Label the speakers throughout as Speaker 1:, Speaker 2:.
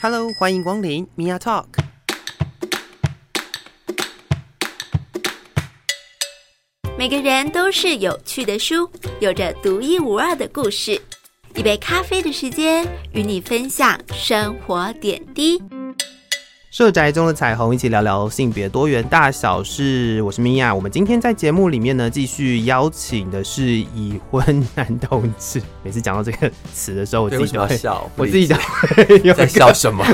Speaker 1: Hello，欢迎光临 Mia Talk。
Speaker 2: 每个人都是有趣的书，有着独一无二的故事。一杯咖啡的时间，与你分享生活点滴。
Speaker 1: 社宅中的彩虹，一起聊聊性别多元大小事。我是米娅，我们今天在节目里面呢，继续邀请的是已婚男同志。每次讲到这个词的时候，我
Speaker 3: 对，
Speaker 1: 自
Speaker 3: 为
Speaker 1: 己
Speaker 3: 什
Speaker 1: 就
Speaker 3: 么要
Speaker 1: 会，
Speaker 3: 笑？
Speaker 1: 我
Speaker 3: 不理
Speaker 1: 自己
Speaker 3: 解
Speaker 1: 就会有
Speaker 3: 在
Speaker 1: 一个
Speaker 3: 笑什么？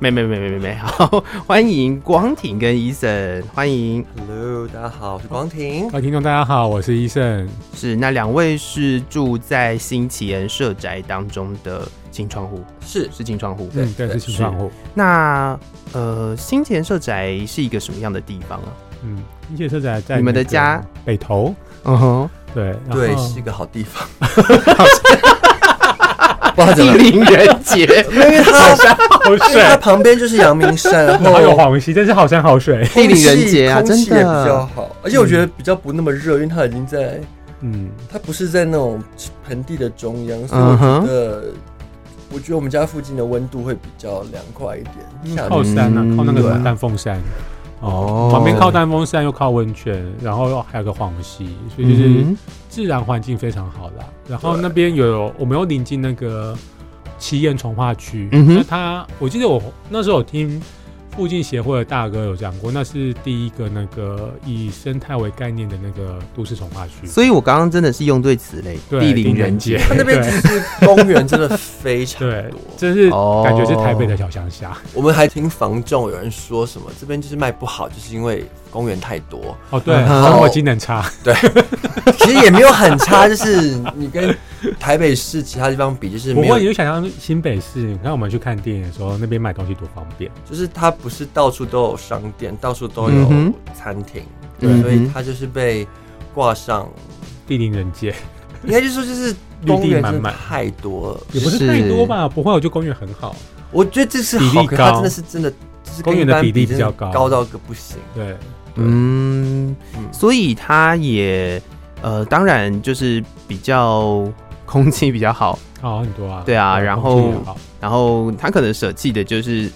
Speaker 1: 没没没没没没。好，欢迎光庭跟伊森，欢迎。
Speaker 3: Hello，大家好，我是光庭。
Speaker 4: 各位听众，大家好，我是医生。
Speaker 1: 是那两位是住在新奇岩社宅当中的金窗户，
Speaker 3: 是
Speaker 1: 是金窗户。
Speaker 4: 嗯，对，是新创户。
Speaker 1: 那呃，新奇岩社宅是一个什么样的地方啊？
Speaker 4: 嗯，一切车仔在
Speaker 1: 你们的
Speaker 4: 那个
Speaker 1: 家
Speaker 4: 北投，
Speaker 1: 嗯哼。
Speaker 4: 对，然后
Speaker 3: 对，是一个好地 方。
Speaker 1: 精灵人杰，
Speaker 3: 因为它
Speaker 4: 好
Speaker 3: 因为它
Speaker 4: 水，
Speaker 3: 旁边就是阳明 山，然
Speaker 4: 还有
Speaker 3: 后
Speaker 4: 黄溪，真是好啊山好水。
Speaker 1: 地灵人杰啊，
Speaker 3: 空气
Speaker 1: 真
Speaker 3: 空气也比较
Speaker 1: 的。
Speaker 3: 好，而且我觉得比较不那么热，因为它已经在，
Speaker 4: 嗯，
Speaker 3: 它不是在那种盆地的中央，所以我
Speaker 1: 嗯哼
Speaker 3: 觉得，我觉得我们家附近的温度会比较凉快一点。夏
Speaker 4: 靠
Speaker 3: 天
Speaker 4: 山啊，靠那
Speaker 3: 对
Speaker 4: 个什么
Speaker 3: 啊
Speaker 4: 丹凤山。
Speaker 1: 哦
Speaker 4: 旁边靠丹凤山，又靠温泉，然后还有个黄溪，所以就是
Speaker 1: 嗯
Speaker 4: 自然环境非常好啦。然后
Speaker 3: 对
Speaker 4: 那边有我们又临近那个七燕从化区，
Speaker 1: 嗯哼
Speaker 4: 那它我记得我那时候有听附近协会的大哥有讲过，那是第一个那个以生态为概念的那个都市从化区
Speaker 1: 哼，。所以我刚刚真的是用对词嘞，
Speaker 4: 对
Speaker 1: 地灵人杰。
Speaker 3: 它那边就是公园，真的非常
Speaker 4: 对
Speaker 3: 多。，
Speaker 4: 真是
Speaker 1: 哦
Speaker 4: 感觉是台北的小乡下。
Speaker 3: 我们还听房仲有人说什么，这边就是卖不好，就是因为公园太多。
Speaker 4: 哦，对，
Speaker 1: 嗯哼
Speaker 4: 生活机能差。
Speaker 3: 其实也没有很差，就是你跟台北市其他地方比，就是
Speaker 4: 不
Speaker 3: 没
Speaker 4: 过你
Speaker 3: 有，
Speaker 4: 就想象新北市，你看我们去看电影的时候，那边买东西多方便。
Speaker 3: 就是它不是到处都有商店，到处都
Speaker 1: 嗯
Speaker 3: 有
Speaker 1: 哼
Speaker 3: 餐厅，
Speaker 1: 嗯
Speaker 3: 所以
Speaker 1: 哼
Speaker 3: 它就是被挂上，
Speaker 4: 地灵人杰
Speaker 3: 应该就是说就是
Speaker 4: 绿地
Speaker 3: 公园
Speaker 4: 满
Speaker 3: 真的
Speaker 4: 满
Speaker 3: 太多了。
Speaker 4: 也不
Speaker 1: 是
Speaker 4: 是太多吧？不会，我觉得公园很好。
Speaker 3: 我觉得这是
Speaker 4: 比例
Speaker 3: 好，可是它
Speaker 4: 高
Speaker 3: 真的是真的，就是
Speaker 4: 公园的
Speaker 3: 的
Speaker 4: 比例比较高
Speaker 3: 高到个不行。
Speaker 4: 对，
Speaker 1: 嗯，
Speaker 3: 嗯，
Speaker 1: 所以他也呃，当然就是比较空气比较好，
Speaker 4: 好很多啊。
Speaker 1: 对啊
Speaker 4: 空
Speaker 1: 然
Speaker 4: 气
Speaker 1: 后
Speaker 4: 也好
Speaker 1: 然后他可能舍弃的就是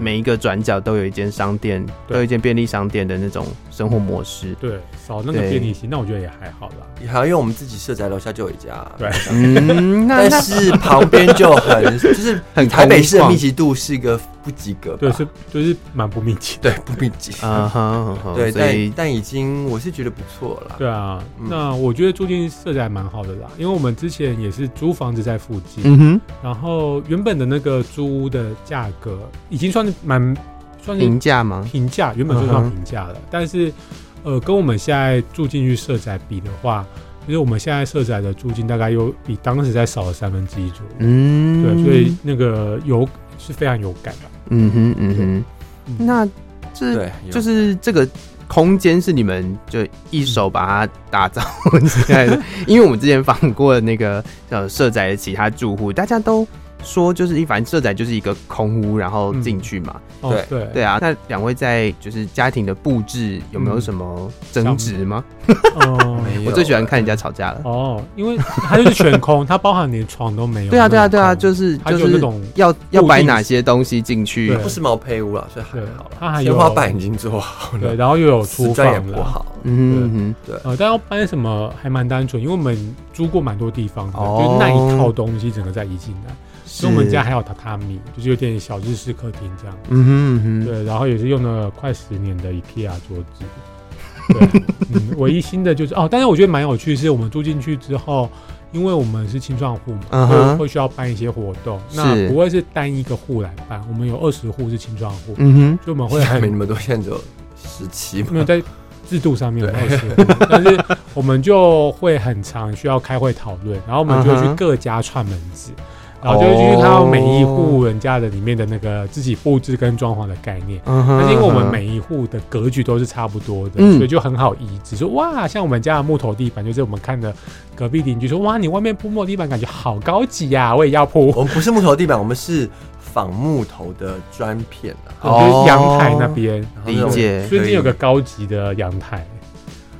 Speaker 1: 每一个转角都有一间商店，
Speaker 4: 对
Speaker 1: 都有一间便利商店的那种生活模式。
Speaker 4: 对少那个
Speaker 1: 对
Speaker 4: 便利性，那我觉得也还好啦。
Speaker 3: 也好，因为我们自己社宅楼下就有一家，
Speaker 4: 对
Speaker 1: 嗯，那
Speaker 3: 但
Speaker 1: 那
Speaker 3: 是旁边就很就是
Speaker 1: 很
Speaker 3: 台北市的
Speaker 1: 空旷
Speaker 3: 密集度是一个不及格吧，
Speaker 1: 啊
Speaker 4: 对，是就是蛮不密集。
Speaker 3: 对不密集。
Speaker 1: 嗯哼，嗯哼
Speaker 3: 对，
Speaker 1: 所以
Speaker 3: 但但已经我是觉得不错了啦。
Speaker 4: 对啊，
Speaker 3: 嗯
Speaker 4: 那我觉得住进社宅还蛮好的啦，因为我们之前也是租房子在附近，
Speaker 1: 嗯哼，
Speaker 4: 然后原本的那个租屋的价格已经算是蛮算是
Speaker 1: 评价吗？
Speaker 4: 平价，原本就
Speaker 1: 嗯
Speaker 4: 算
Speaker 1: 哼
Speaker 4: 平价了，但是呃，跟我们现在住进去社宅比的话，就是我们现在社宅的租金大概又比当时再少了三分之一左右。
Speaker 1: 嗯，
Speaker 4: 对，所以那个有是非常有感啊的。
Speaker 1: 嗯哼，嗯
Speaker 4: 对
Speaker 1: 哼，那这
Speaker 3: 对，有
Speaker 1: 就是这个空间是你们就一手把它打造起来 的，因为我们之前访过那个呃社宅的其他住户，大家都说就是一反正社宅就是一个空屋，然后进去嘛，
Speaker 4: 哦，对
Speaker 1: 对啊。那两位在就是家庭的布置有没有什么
Speaker 4: 嗯
Speaker 1: 争执吗？
Speaker 4: 哦
Speaker 3: 没有
Speaker 1: 我最喜欢看人家吵架了。
Speaker 4: 哦，因为它就是全空，它包含连床都没有。
Speaker 1: 对啊，对啊，对啊，
Speaker 4: 那种
Speaker 1: 就是
Speaker 4: 它就有
Speaker 1: 是
Speaker 4: 那 种
Speaker 1: 要要摆
Speaker 4: 固定
Speaker 1: 哪些东西进去
Speaker 4: 对
Speaker 3: 不是毛坯屋了，所以还好
Speaker 4: 对它
Speaker 3: 啦。
Speaker 4: 还有
Speaker 3: 天花板已经做好
Speaker 4: 空对，
Speaker 3: 了，
Speaker 4: 然后又有
Speaker 3: 瓷
Speaker 4: 厨
Speaker 3: 砖
Speaker 4: 房
Speaker 3: 也不
Speaker 4: 啦。
Speaker 3: 好。
Speaker 1: 嗯哼，
Speaker 4: 呃，但要搬什么还蛮单纯，因为我们租过蛮多地方的，
Speaker 1: 哦
Speaker 4: 就是那一套东西整个再移进来，
Speaker 1: 是
Speaker 4: 所以我们家还有榻榻米，就是有点小日式客厅这样。
Speaker 1: 嗯哼嗯哼，
Speaker 4: 对，然后也是用了快十年的 IKEA 桌子。对，嗯，唯一新的就是哦，但是我觉得蛮有趣，是我们住进去之后，因为我们是青创户嘛，
Speaker 1: 嗯
Speaker 4: 所以
Speaker 1: 哼
Speaker 4: 会需要办一些活动，
Speaker 1: 是
Speaker 4: 那不会是单一个户来办，我们有二十户是青创户，
Speaker 1: 嗯哼。
Speaker 4: 所以我们会
Speaker 3: 没你
Speaker 4: 很
Speaker 3: 们多，现在只有十七
Speaker 4: 没有
Speaker 3: 嘛。
Speaker 4: 在制度上面有
Speaker 3: 对
Speaker 4: 二十户， 但是我们就会很常需要开会讨论，然后我们就会
Speaker 1: 嗯
Speaker 4: 去
Speaker 1: 哼
Speaker 4: 各家串门子。然后就会去看到每一户人家的里面的那个自己布置跟装潢的概念，
Speaker 1: 嗯哼
Speaker 4: 但是因为我们每一户的格局都是差不多的，
Speaker 1: 嗯
Speaker 4: 所以就很好移植。说哇，像我们家的木头地板，就是我们看的隔壁邻居说哇，你外面铺木头地板感觉好高级呀、我也要铺。
Speaker 3: 我们不是木头地板，我们是仿木头的砖片啊。
Speaker 4: 对就是阳台那边，
Speaker 3: 然后那
Speaker 1: 哦理
Speaker 3: 种。
Speaker 1: 解，
Speaker 4: 最近有个高级的阳台。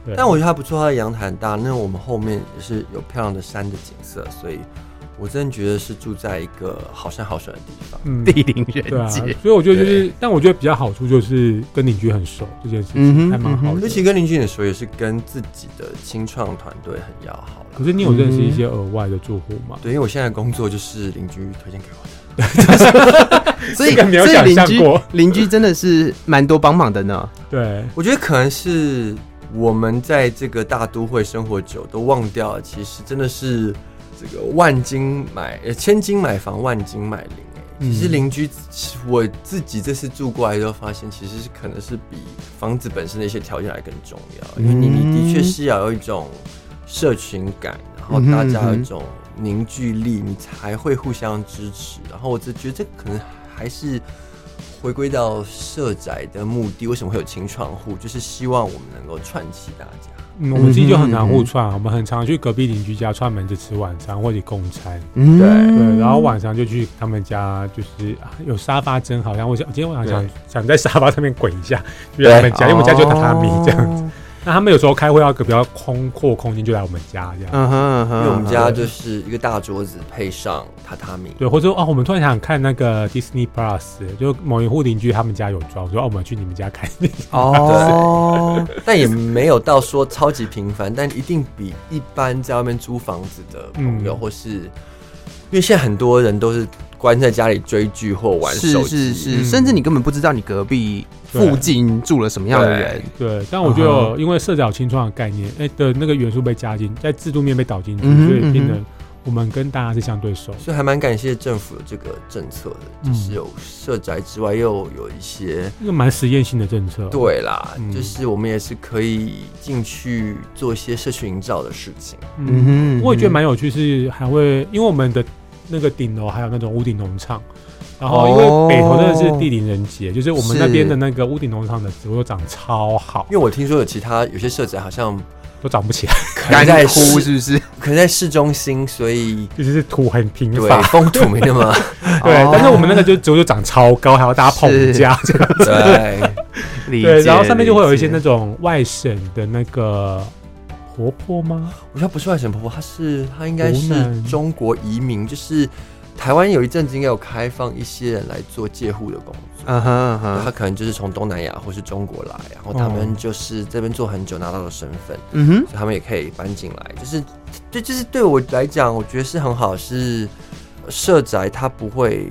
Speaker 4: 对
Speaker 3: 但我觉得还不错，它的阳台很大。那我们后面也是有漂亮的山的景色，所以我真的觉得是住在一个好山好水的地方。
Speaker 4: 嗯，
Speaker 1: 地灵
Speaker 4: 对
Speaker 1: 人
Speaker 4: 啊
Speaker 1: 杰，，
Speaker 4: 所以我觉得就是，但我觉得比较好处就是跟邻居很熟这件事
Speaker 1: 嗯哼
Speaker 4: 情，还蛮好
Speaker 1: 嗯
Speaker 4: 的
Speaker 3: 尤。其跟邻居的时候，也是跟自己的新创团队很要好啦
Speaker 4: 可是你有认识一些额外的住户吗？
Speaker 3: 对，因为我现在的工作就是邻居推荐给我的，
Speaker 1: 所以
Speaker 4: 这个没有
Speaker 1: 所以
Speaker 4: 想
Speaker 1: 邻
Speaker 4: 象
Speaker 1: 居
Speaker 4: 过
Speaker 1: 邻居真的是蛮多帮忙的呢。
Speaker 4: 对，
Speaker 3: 我觉得可能是我们在这个大都会生活久，都忘掉了，其实真的是这个万金买呃千金买房，万金买邻、欸。
Speaker 4: 嗯
Speaker 3: 其实邻居，我自己这次住过来之后发现，其实是可能是比房子本身的一些条件还更重要，因为你
Speaker 1: 嗯
Speaker 3: 你的确是要有一种社群感，然
Speaker 1: 嗯
Speaker 3: 后大家有一种凝聚力，你才会互相支持。然后我只觉得这可能还是回归到社宅的目的，为什么会有清创户，就是希望我们能够串起大家。
Speaker 4: 嗯我们自己就很难互串，啊我们很常去隔壁邻居家串门子吃晚餐或者共餐。
Speaker 1: 嗯，
Speaker 4: 对，然后晚上就去他们家，就是啊有沙发真好，然后我想今天晚上想想在沙发上面滚一下，就在他们家，因为我们家就榻榻米这样子。
Speaker 1: 子。
Speaker 4: 那他们有时候开会要个比较空阔空间，就来我们家这样。
Speaker 1: 嗯哼嗯哼，
Speaker 3: 因为我们
Speaker 1: 嗯
Speaker 3: 家就是一个大桌子配上榻榻米，
Speaker 4: 对，或者说哦，我们突然想看那个 Disney Plus，就某一户邻居他们家有装，说哦，我们去你们家看。
Speaker 1: 哼 哦，
Speaker 3: 但也没有到说超级频繁，但一定比一般在外面租房子的朋友，
Speaker 4: 嗯
Speaker 3: 或是因为现在很多人都是关在家里追剧或玩
Speaker 1: 是
Speaker 3: 手机，
Speaker 1: 是是，
Speaker 4: 嗯
Speaker 1: 甚至你根本不知道你隔壁
Speaker 4: 对
Speaker 1: 附近住了什么样的人。
Speaker 4: 对，但我觉得
Speaker 1: 嗯
Speaker 4: 有因为社长清创的概念，哎的那个元素被加进，在制度面被导进去，
Speaker 1: 嗯哼
Speaker 4: 所以变
Speaker 1: 嗯
Speaker 4: 得我们跟大家是相对熟。
Speaker 3: 所以还蛮感谢政府的这个政策的，
Speaker 4: 嗯
Speaker 3: 就是有社宅之外，又有一些
Speaker 4: 一个蛮实验性的政策。
Speaker 3: 对啦，
Speaker 4: 嗯
Speaker 3: 就是我们也是可以进去做一些社区营造的事情。
Speaker 4: 嗯
Speaker 1: 嗯哼，
Speaker 4: 我也觉得蛮有趣，是还会因为我们的那个顶楼还有那种屋顶农场，然后因
Speaker 1: 哦
Speaker 4: 为北投真的是地灵人杰，就是我们那
Speaker 1: 是
Speaker 4: 边的那个屋顶农场的植物都长超好
Speaker 3: 因，为我听说有其他有些社宅好像
Speaker 4: 都长不起来，
Speaker 3: 可
Speaker 1: 干
Speaker 3: 能在
Speaker 1: 枯
Speaker 3: 市，
Speaker 1: 是不是？
Speaker 3: 可能在市中心，所以
Speaker 4: 就是土很贫
Speaker 3: 对
Speaker 4: 乏。
Speaker 3: 风土没那么
Speaker 4: 对，
Speaker 1: 哦
Speaker 4: 但是我们那个就植物就长超高，还要大家
Speaker 1: 是
Speaker 4: 捧家这样。
Speaker 3: 对。
Speaker 1: 理
Speaker 4: 对，
Speaker 1: 解
Speaker 4: 然后上面就会有一些
Speaker 1: 理解
Speaker 4: 那种外省的那个婆婆 吗？
Speaker 3: 我说不是外省婆婆，她是她应该
Speaker 4: 湖
Speaker 3: 是
Speaker 4: 南
Speaker 3: 中国移民，就是台湾有一阵子应该有开放一些人来做借户的工作。
Speaker 1: 嗯哼嗯哼
Speaker 3: 他可能就是从东南亚或是中国来，然后他们就是这边做很久拿到了身份，
Speaker 1: 嗯哼，
Speaker 3: 所以他们也可以搬进来。就是，对，就是对我来讲，我觉得是很好，是社宅它不会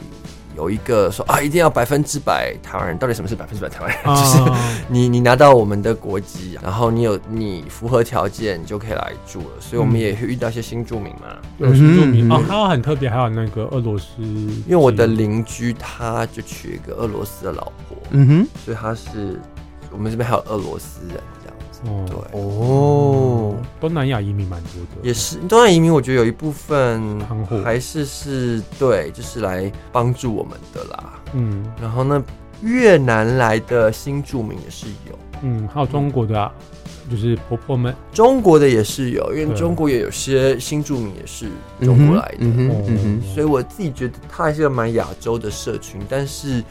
Speaker 3: 有一个说啊一定要百分之百台湾人，到底什么是百分之百台湾人？
Speaker 4: 啊
Speaker 3: 就是
Speaker 4: 是
Speaker 3: 你你拿到我们的国籍，然后你有你符合条件，你就可以来住了。所以我们
Speaker 4: 嗯
Speaker 3: 也会遇到一些新住民嘛。
Speaker 4: 有新住民
Speaker 1: 嗯
Speaker 4: 哦，还有很特别，还有那个俄罗斯籍，因
Speaker 3: 因为我的邻居他就娶一个俄罗斯的老婆，
Speaker 1: 嗯哼，
Speaker 3: 所以他是我们这边还有俄罗斯人这样子。
Speaker 4: 哦
Speaker 3: 对，
Speaker 1: 哦，
Speaker 4: 东南亚移民蛮多的，
Speaker 3: 也是东南亚移民，我觉得有一部分
Speaker 4: 看护
Speaker 3: 还是是对，就是来帮助我们的啦。
Speaker 4: 嗯
Speaker 3: 然后呢，越南来的新住民也是有。
Speaker 4: 嗯，还有中国的、啊，就是婆婆们，
Speaker 3: 中国的也是有，因为
Speaker 4: 对
Speaker 3: 中国也有些新住民也是中国来的，
Speaker 1: 嗯
Speaker 4: 哦
Speaker 1: 哼嗯哼，
Speaker 3: 所以我自己觉得它还是个蛮亚洲的社群，但是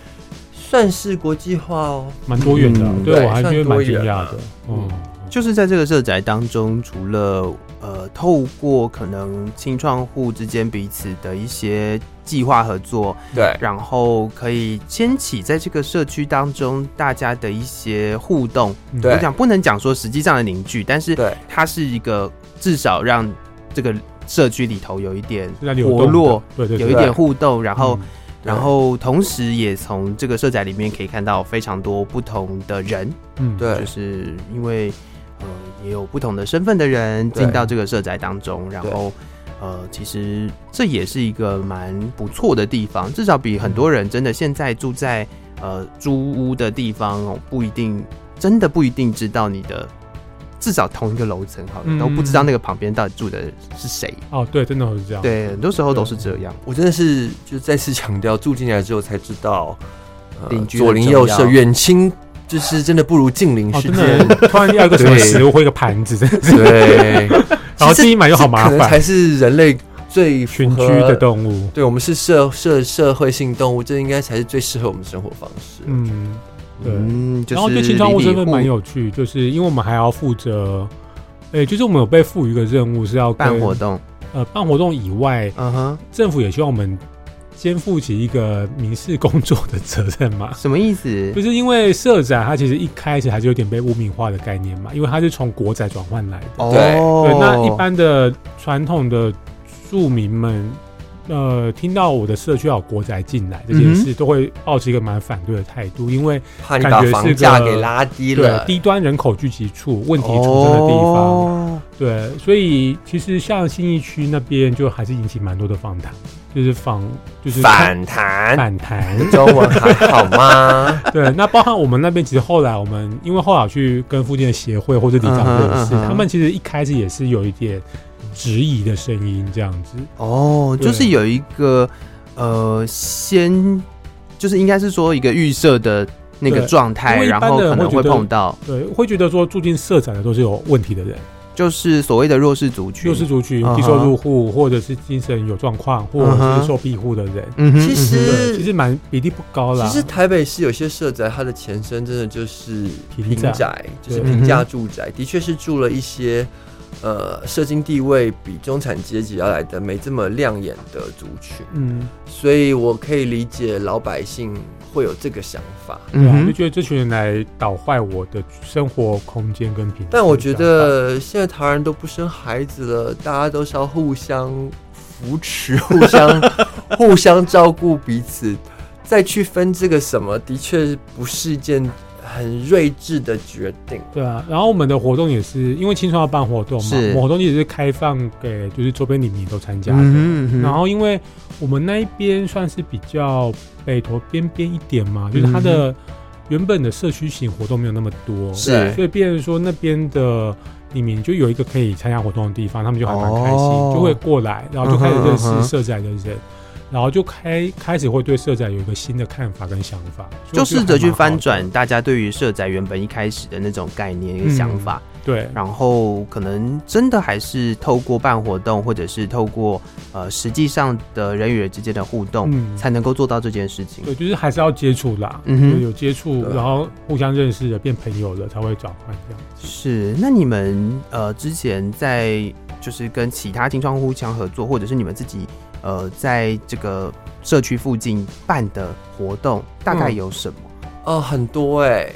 Speaker 3: 算是国际化哦。
Speaker 4: 蛮多元的啊，
Speaker 1: 嗯
Speaker 4: 对
Speaker 3: 对
Speaker 4: 我还觉得
Speaker 3: 算多
Speaker 4: 蛮惊
Speaker 3: 元
Speaker 4: 讶
Speaker 3: 啊
Speaker 4: 的，
Speaker 3: 嗯
Speaker 4: 嗯，
Speaker 1: 就是在这个社宅当中，除了呃透过可能青创户之间彼此的一些计划合作，
Speaker 3: 对，
Speaker 1: 然后可以牵起在这个社区当中大家的一些互动。
Speaker 4: 嗯
Speaker 3: 对
Speaker 1: 我讲不能讲说实际上的凝聚，但是
Speaker 3: 对
Speaker 1: 它是一个至少让这个社区里头有一点
Speaker 4: 是在流
Speaker 1: 活
Speaker 4: 动
Speaker 1: 络
Speaker 4: 的，，对对
Speaker 1: 有
Speaker 4: 对，
Speaker 1: 一
Speaker 4: 嗯
Speaker 1: 点互动，然后。然
Speaker 3: 对
Speaker 1: 后，同时也从这个社宅里面可以看到非常多不同的人，
Speaker 4: 嗯
Speaker 3: 对
Speaker 1: 就是因为呃也有不同的身份的人
Speaker 3: 对
Speaker 1: 进到这个社宅当中，然后呃其实这也是一个蛮不错的地方，至少比很多人真的现在住在呃租屋的地方哦，不一定真的不一定知道你的。至少同一个楼层好了，
Speaker 4: 嗯
Speaker 1: 都不知道那个旁边到底住的是谁。
Speaker 4: 哦对，真的会是这样，
Speaker 1: 对，很多时候都是这样。
Speaker 3: 我真的是就再次强调，住进来之后才知道，呃
Speaker 1: 邻居很
Speaker 3: 左邻右
Speaker 1: 重
Speaker 3: 舍，
Speaker 1: 要
Speaker 3: 远亲就是真的不如近邻
Speaker 4: 哦
Speaker 3: 之
Speaker 4: 真
Speaker 3: 间。
Speaker 4: 的，突然要一个什么
Speaker 3: 对
Speaker 4: 食物或一个盘子，真的是
Speaker 3: 对，
Speaker 4: 然
Speaker 3: 其
Speaker 4: 后
Speaker 3: 实
Speaker 4: 自己买又好麻
Speaker 3: 这可能
Speaker 4: 烦
Speaker 3: 才，是人类最符
Speaker 4: 群
Speaker 3: 合
Speaker 4: 居的。动物，
Speaker 3: 对，我们是社社社会性动物，这应该才是最适合我们的生活方式。嗯，
Speaker 4: 嗯，对。
Speaker 1: 嗯，就是
Speaker 4: 然后对青创户
Speaker 1: 邻里
Speaker 4: 身份蛮
Speaker 1: 户
Speaker 4: 有趣，就是因为我们还要负责，诶、就是我们有被赋予一个任务是要
Speaker 1: 办
Speaker 4: 跟
Speaker 1: 活动，
Speaker 4: 呃办活动以外，
Speaker 1: 嗯哼，
Speaker 4: 政府也希望我们肩负起一个民事工作的责任嘛。
Speaker 1: 什么意思
Speaker 4: 就？是因为社宅，它其实一开始还是有点被污名化的概念嘛，因为它是从国宅转换来的。
Speaker 1: 哦
Speaker 4: 对，那一般的传统的住民们，呃，听到我的社区要有国宅进来这
Speaker 1: 嗯
Speaker 4: 件事，都会抱持一个蛮反对的态度，因为
Speaker 3: 怕你把房价给拉低
Speaker 4: 对
Speaker 3: 了。
Speaker 4: 低端人口聚集处问题重生的地方，
Speaker 1: 哦
Speaker 4: 对，所以其实像信义区那边就还是引起蛮多的访谈，就是访就是
Speaker 3: 反弹，
Speaker 4: 反弹，
Speaker 3: 中文还好吗？
Speaker 4: 对，那包含我们那边，其实后来我们因为后来有去跟附近的协会或者里长认
Speaker 1: 嗯
Speaker 4: 识，
Speaker 1: 哼嗯哼
Speaker 4: 他们其实一开始也是有一点质疑的声音，这样子。
Speaker 1: 哦，
Speaker 4: 对
Speaker 1: 就是有一个呃，先就是应该是说一个预设的那个
Speaker 4: 对
Speaker 1: 状
Speaker 4: 因
Speaker 1: 态，
Speaker 4: 为一
Speaker 1: 然
Speaker 4: 般
Speaker 1: 后
Speaker 4: 的
Speaker 1: 可
Speaker 4: 人
Speaker 1: 能
Speaker 4: 会
Speaker 1: 会
Speaker 4: 觉得
Speaker 1: 碰到，
Speaker 4: 对，会觉得说住进社宅的都是有问题的人，
Speaker 1: 嗯就是所谓的弱势族群。
Speaker 4: 弱势族群、
Speaker 1: 嗯哼
Speaker 4: 低收入户，或者是精神有状况，或
Speaker 1: 嗯
Speaker 4: 者
Speaker 1: 哼
Speaker 4: 是受庇护的人。
Speaker 1: 嗯哼，
Speaker 3: 其实
Speaker 4: 对，其实蛮比例不高啦。
Speaker 3: 其实台北市有些社宅，它的前身真的就是
Speaker 4: 平
Speaker 3: 平
Speaker 4: 宅
Speaker 3: 宅，就是
Speaker 4: 对
Speaker 3: 平价住宅，的确是住了一些呃社经地位比中产阶级要来的没这么亮眼的族群，
Speaker 4: 嗯，
Speaker 3: 所以我可以理解老百姓会有这个想法。
Speaker 4: 对
Speaker 1: 嗯
Speaker 4: 啊，就
Speaker 1: 哼，
Speaker 4: 觉得这群人来捣坏我的生活空间跟品质。
Speaker 3: 但我觉
Speaker 4: 这样吧，
Speaker 3: 得现在台湾人都不生孩子了，大家都是要互相扶持、互相 互相照顾彼此，再去分这个什么，的确不是一件很睿智的决定。
Speaker 4: 对啊，然后我们的活动也是，因为青创要办活动嘛，
Speaker 1: 是
Speaker 4: 我们活动也是开放给啊就是周边邻里都参加的。
Speaker 1: 嗯哼，
Speaker 4: 然后因为我们那一边算是比较北投边边一点
Speaker 1: 嗯
Speaker 4: 嘛，就是它的原本的社区型活动没有那么多，
Speaker 1: 是
Speaker 4: 所以变成说那边的里面就有一个可以参加活动的地方，他们就还蛮开心，
Speaker 1: 哦
Speaker 4: 就会过来，然后就开始认
Speaker 1: 嗯哼嗯哼
Speaker 4: 识社宅的人。然后就开开始会对社宅有一个新的看法跟想法，所以
Speaker 1: 就
Speaker 4: 我觉得
Speaker 1: 试着去
Speaker 4: 还蛮好的
Speaker 1: 翻转，大家对于社宅原本一开始的那种概念跟想法，
Speaker 4: 对，
Speaker 1: 然后可能真的还是透过办活动，或者是透过呃实际上的人与人之间的互动，
Speaker 4: 嗯
Speaker 1: 才能够做到这件事情。
Speaker 4: 对，就是还是要接触啦，
Speaker 1: 嗯哼
Speaker 4: 就有接触，
Speaker 3: 对啊
Speaker 4: 然后互相认识了，变朋友了，才会转换这样。
Speaker 1: 是，那你们呃之前在就是跟其他金窗户相合作，或者是你们自己呃在这个社区附近办的活动，大概
Speaker 3: 嗯
Speaker 1: 有什么？
Speaker 3: 哦，很多哎、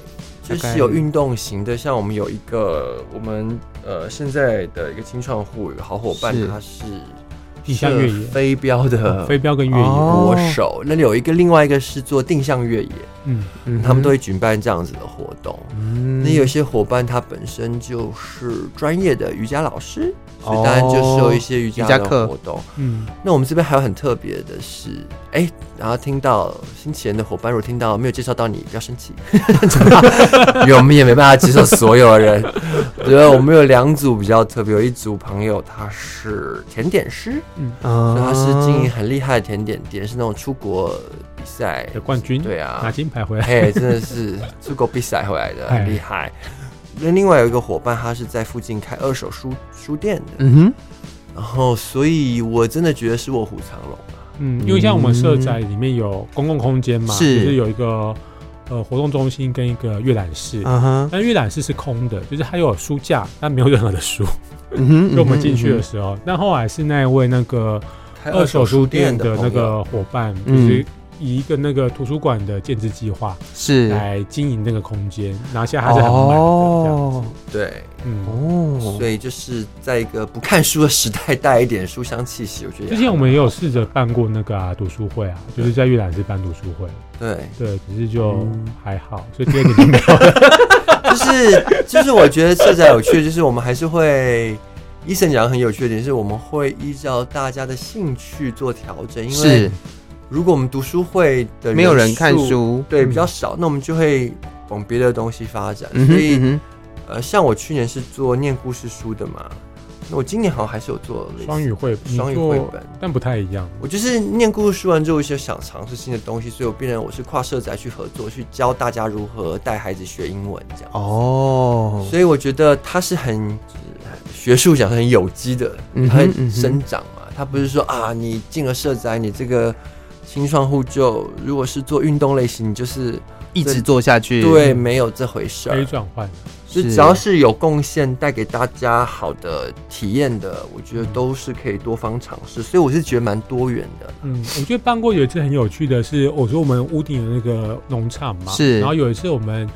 Speaker 3: 就
Speaker 1: 大概
Speaker 3: 是有运动型的，像我们有一个我们呃现在的一个青创户有个好伙伴
Speaker 1: 是，
Speaker 3: 他是
Speaker 4: 定向越
Speaker 3: 射
Speaker 4: 野
Speaker 3: 飞镖的
Speaker 4: 飞镖跟越野，
Speaker 1: 呃哦
Speaker 3: 国手，那里有一个另外一个是做定向越野，
Speaker 4: 嗯，
Speaker 1: 嗯
Speaker 3: 他们都会举办这样子的活动。
Speaker 1: 嗯
Speaker 3: 那有些伙伴他本身就是专业的瑜伽老师，所以当然就是有一些
Speaker 1: 哦
Speaker 3: 瑜
Speaker 1: 瑜伽
Speaker 3: 伽
Speaker 1: 课
Speaker 3: 的活动。
Speaker 4: 嗯，
Speaker 3: 那我们这边还有很特别的是，哎、然后听到新奇人的伙伴，如果听到没有介绍到你，不要生 气，因为我们也没办法接受所有 的人。对，我们有两组比较特别，有一组朋友他是甜点师，
Speaker 4: 嗯
Speaker 1: 哦
Speaker 3: 所以他是经营很厉害的甜点店，是那种出国比赛
Speaker 4: 的冠军，
Speaker 3: 对啊
Speaker 4: 拿金牌 回来，
Speaker 3: 嘿，真的是出国比赛回来的，
Speaker 4: 哎
Speaker 3: 很厉害。那另外有一个伙伴，他是在附近开二手书书店的，
Speaker 1: 嗯哼，
Speaker 3: 然后所以我真的觉得是卧虎藏龙啊。
Speaker 4: 嗯，因为像我们社宅里面有公共空间嘛，
Speaker 1: 是
Speaker 4: 就是有一个呃活动中心跟一个阅览室。
Speaker 1: 嗯哼，
Speaker 4: 但阅览室是空的，就是它有书架，但没有任何的书。
Speaker 1: 嗯哼，
Speaker 4: 就我们进去
Speaker 1: 嗯
Speaker 4: 的时候，但后来是那一位那个
Speaker 3: 开
Speaker 4: 二手书店
Speaker 3: 的
Speaker 4: 的那
Speaker 3: 朋友
Speaker 4: 个伙伴，就
Speaker 1: 嗯
Speaker 4: 是以一个那个图书馆的建制计划
Speaker 1: 哼是
Speaker 4: 来经营那个空间，拿下还是很满的这样子。
Speaker 3: 对，
Speaker 4: 嗯，
Speaker 1: 哦
Speaker 3: 所，以就是在一个不看书的时代，带一点书香气息，我觉得也
Speaker 4: 之前我们也有试着办过那个啊读书会啊，就是在阅览室办读书会，
Speaker 3: 对，
Speaker 4: 对，只是就
Speaker 1: 嗯
Speaker 4: 还好，所以第二年就没 有。
Speaker 3: 就是就是我觉得社宅有趣 的，就是我们还是会。医生讲得很有趣的点是，我们会依照大家的兴趣做调整，因为
Speaker 1: 是
Speaker 3: 如果我们读书会的
Speaker 1: 没有人看
Speaker 3: 数
Speaker 1: 书，
Speaker 3: 对，
Speaker 4: 嗯
Speaker 3: 比较少，那我们就会往别的东西发展。
Speaker 1: 嗯
Speaker 3: 所
Speaker 1: 哼，嗯
Speaker 3: 以，
Speaker 1: 哼
Speaker 3: 呃，像我去年是做念故事书的嘛，那我今年好像还是有做类似
Speaker 4: 双语绘本，
Speaker 3: 双语
Speaker 4: 你做
Speaker 3: 绘本。
Speaker 4: 但不太一样。
Speaker 3: 我就是念故事书完之后，我就想尝试新的东西，所以我变成我是跨社宅去合作，去教大家如何带孩子学英文这样。
Speaker 1: 哦，
Speaker 3: 所以我觉得它是很就是学术讲是很有机的，
Speaker 1: 嗯
Speaker 3: 它
Speaker 1: 哼
Speaker 3: 很生长嘛。它不是说啊，你进了社宅，你这个青创户就如果是做运动类型，你就是
Speaker 1: 一直做下去，
Speaker 3: 对，没有这回事啊
Speaker 4: 可以
Speaker 3: 儿。
Speaker 4: 转换的，啊
Speaker 3: 就只要是有贡献带给大家好的体验的，我觉得都是可以多方尝试，所以我是觉得蛮多元的。
Speaker 4: 嗯，我觉得办过有一次很有趣的是，我说我们屋顶有那个农场嘛，
Speaker 1: 是
Speaker 4: 然后有一次我们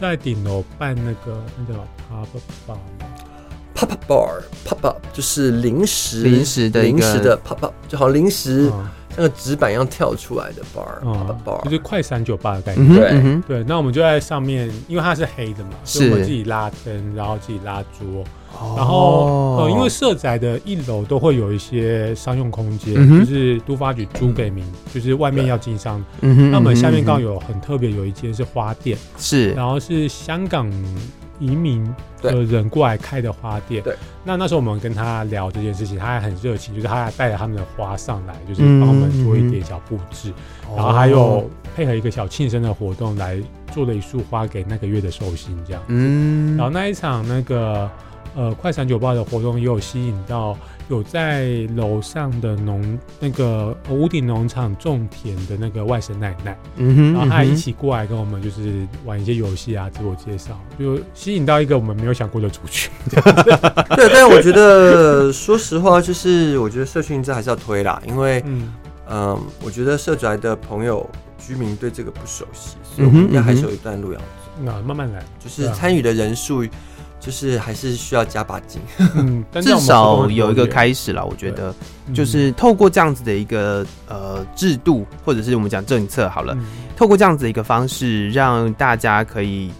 Speaker 4: 在顶楼办那个那叫 pub bar，
Speaker 3: Pop up bar pop up 就是零食
Speaker 1: 零食的一个
Speaker 3: 零食的 pop up，就好像零食
Speaker 4: 嗯
Speaker 3: 像个纸板一样跳出来的 bar、pop
Speaker 4: 嗯
Speaker 3: up bar，
Speaker 4: 就是快闪酒吧的概念。
Speaker 1: 嗯哼
Speaker 3: 对
Speaker 1: 嗯哼，
Speaker 4: 对，那我们就在上面，因为它是黑的嘛，所以我
Speaker 1: 是
Speaker 4: 们
Speaker 1: 哦
Speaker 4: 自己拉灯，然后自己拉桌，
Speaker 1: 然
Speaker 4: 然后、呃，因为社宅的一楼都会有一些商用空间，
Speaker 1: 嗯哼
Speaker 4: 就是都发局租给民，就是外面要经商。
Speaker 1: 嗯哼，
Speaker 4: 那我们下面刚好
Speaker 1: 有
Speaker 4: 有很特别，有一间是花店，
Speaker 1: 是
Speaker 4: 然后是香港移民的人过来开的花店。
Speaker 3: 对，
Speaker 4: 那那时候我们跟他聊这件事情，他还很热情，就是他还带着他们的花上来，就是
Speaker 1: 嗯
Speaker 4: 帮我们做一点小布置，然后还
Speaker 1: 哦
Speaker 4: 有配合一个小庆生的活动来做了一束花给那个月的寿星这样。
Speaker 1: 嗯，
Speaker 4: 然后那一场那个呃快闪酒吧的活动，也有吸引到有在楼上的农那个呃屋顶农场种田的那个外甥奶奶，
Speaker 1: 嗯哼，
Speaker 4: 然后她也
Speaker 1: 嗯哼
Speaker 4: 一起过来跟我们就是玩一些游戏啊，自我介绍，就吸引到一个我们没有想过的族群。
Speaker 3: 对，但我觉得说实话，就是我觉得社群这还是要推啦，因为
Speaker 4: 嗯，
Speaker 3: 嗯，我觉得社宅的朋友居民对这个不熟悉，所以我
Speaker 1: 嗯
Speaker 3: 们
Speaker 1: 哼
Speaker 3: 应该还是
Speaker 1: 嗯哼
Speaker 3: 有一段路要走，
Speaker 4: 那慢慢 来，
Speaker 3: 就是
Speaker 4: 对啊
Speaker 3: 参与的人数。就是还是需要加把劲，
Speaker 4: 嗯，但
Speaker 1: 至少有一个，开始了，我觉得
Speaker 4: 嗯
Speaker 1: 就是透过这样子的一个呃制度，或者是我们讲政策好了，
Speaker 4: 嗯
Speaker 1: 透过这样子的一个方式，让大家可以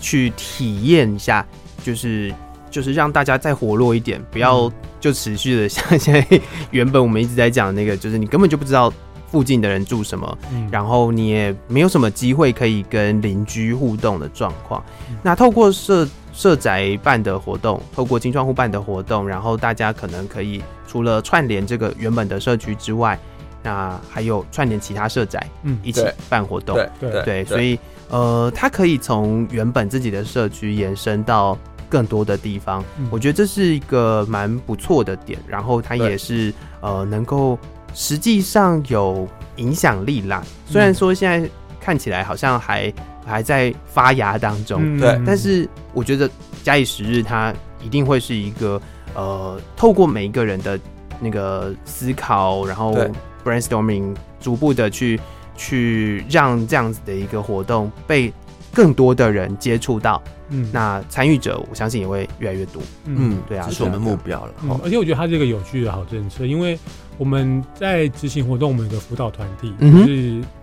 Speaker 1: 去体验一下，就是就是让大家再活络一点，不要
Speaker 4: 嗯
Speaker 1: 就持续的像现在 原本我们一直在讲的那个，就是你根本就不知道附近的人住什么，
Speaker 4: 嗯
Speaker 1: 然后你也没有什么机会可以跟邻居互动的状况
Speaker 4: 嗯。
Speaker 1: 那透过社社宅办的活动，透过金创户办的活动，然后大家可能可以除了串联这个原本的社区之外，那还有串联其他社宅
Speaker 4: 嗯
Speaker 1: 一起
Speaker 3: 对
Speaker 1: 办活动。
Speaker 3: 对
Speaker 4: 对
Speaker 1: 对，所以呃，它可以从原本自己的社区延伸到更多的地方，
Speaker 4: 嗯
Speaker 1: 我觉得这是一个蛮不错的点。然后它
Speaker 3: 对
Speaker 1: 也是呃，能够实际上有影响力啦。虽然
Speaker 4: 嗯
Speaker 1: 说现在看起来好像还还在发芽当中，
Speaker 4: 嗯
Speaker 3: 对
Speaker 1: 但是我觉得假以时日，它一定会是一个呃，透过每一个人的那个思考，然后
Speaker 3: 对
Speaker 1: brainstorming，逐步的去去让这样子的一个活动被更多的人接触到，
Speaker 4: 嗯
Speaker 1: 那参与者我相信也会越来越多。
Speaker 3: 嗯，
Speaker 1: 对啊
Speaker 3: 这是我们
Speaker 1: 对啊
Speaker 3: 目标了。
Speaker 4: 嗯，而且我觉得它是一个有趣的好政策，因为我们在执行活动，我们有个辅导团体，
Speaker 1: 嗯哼
Speaker 4: 就是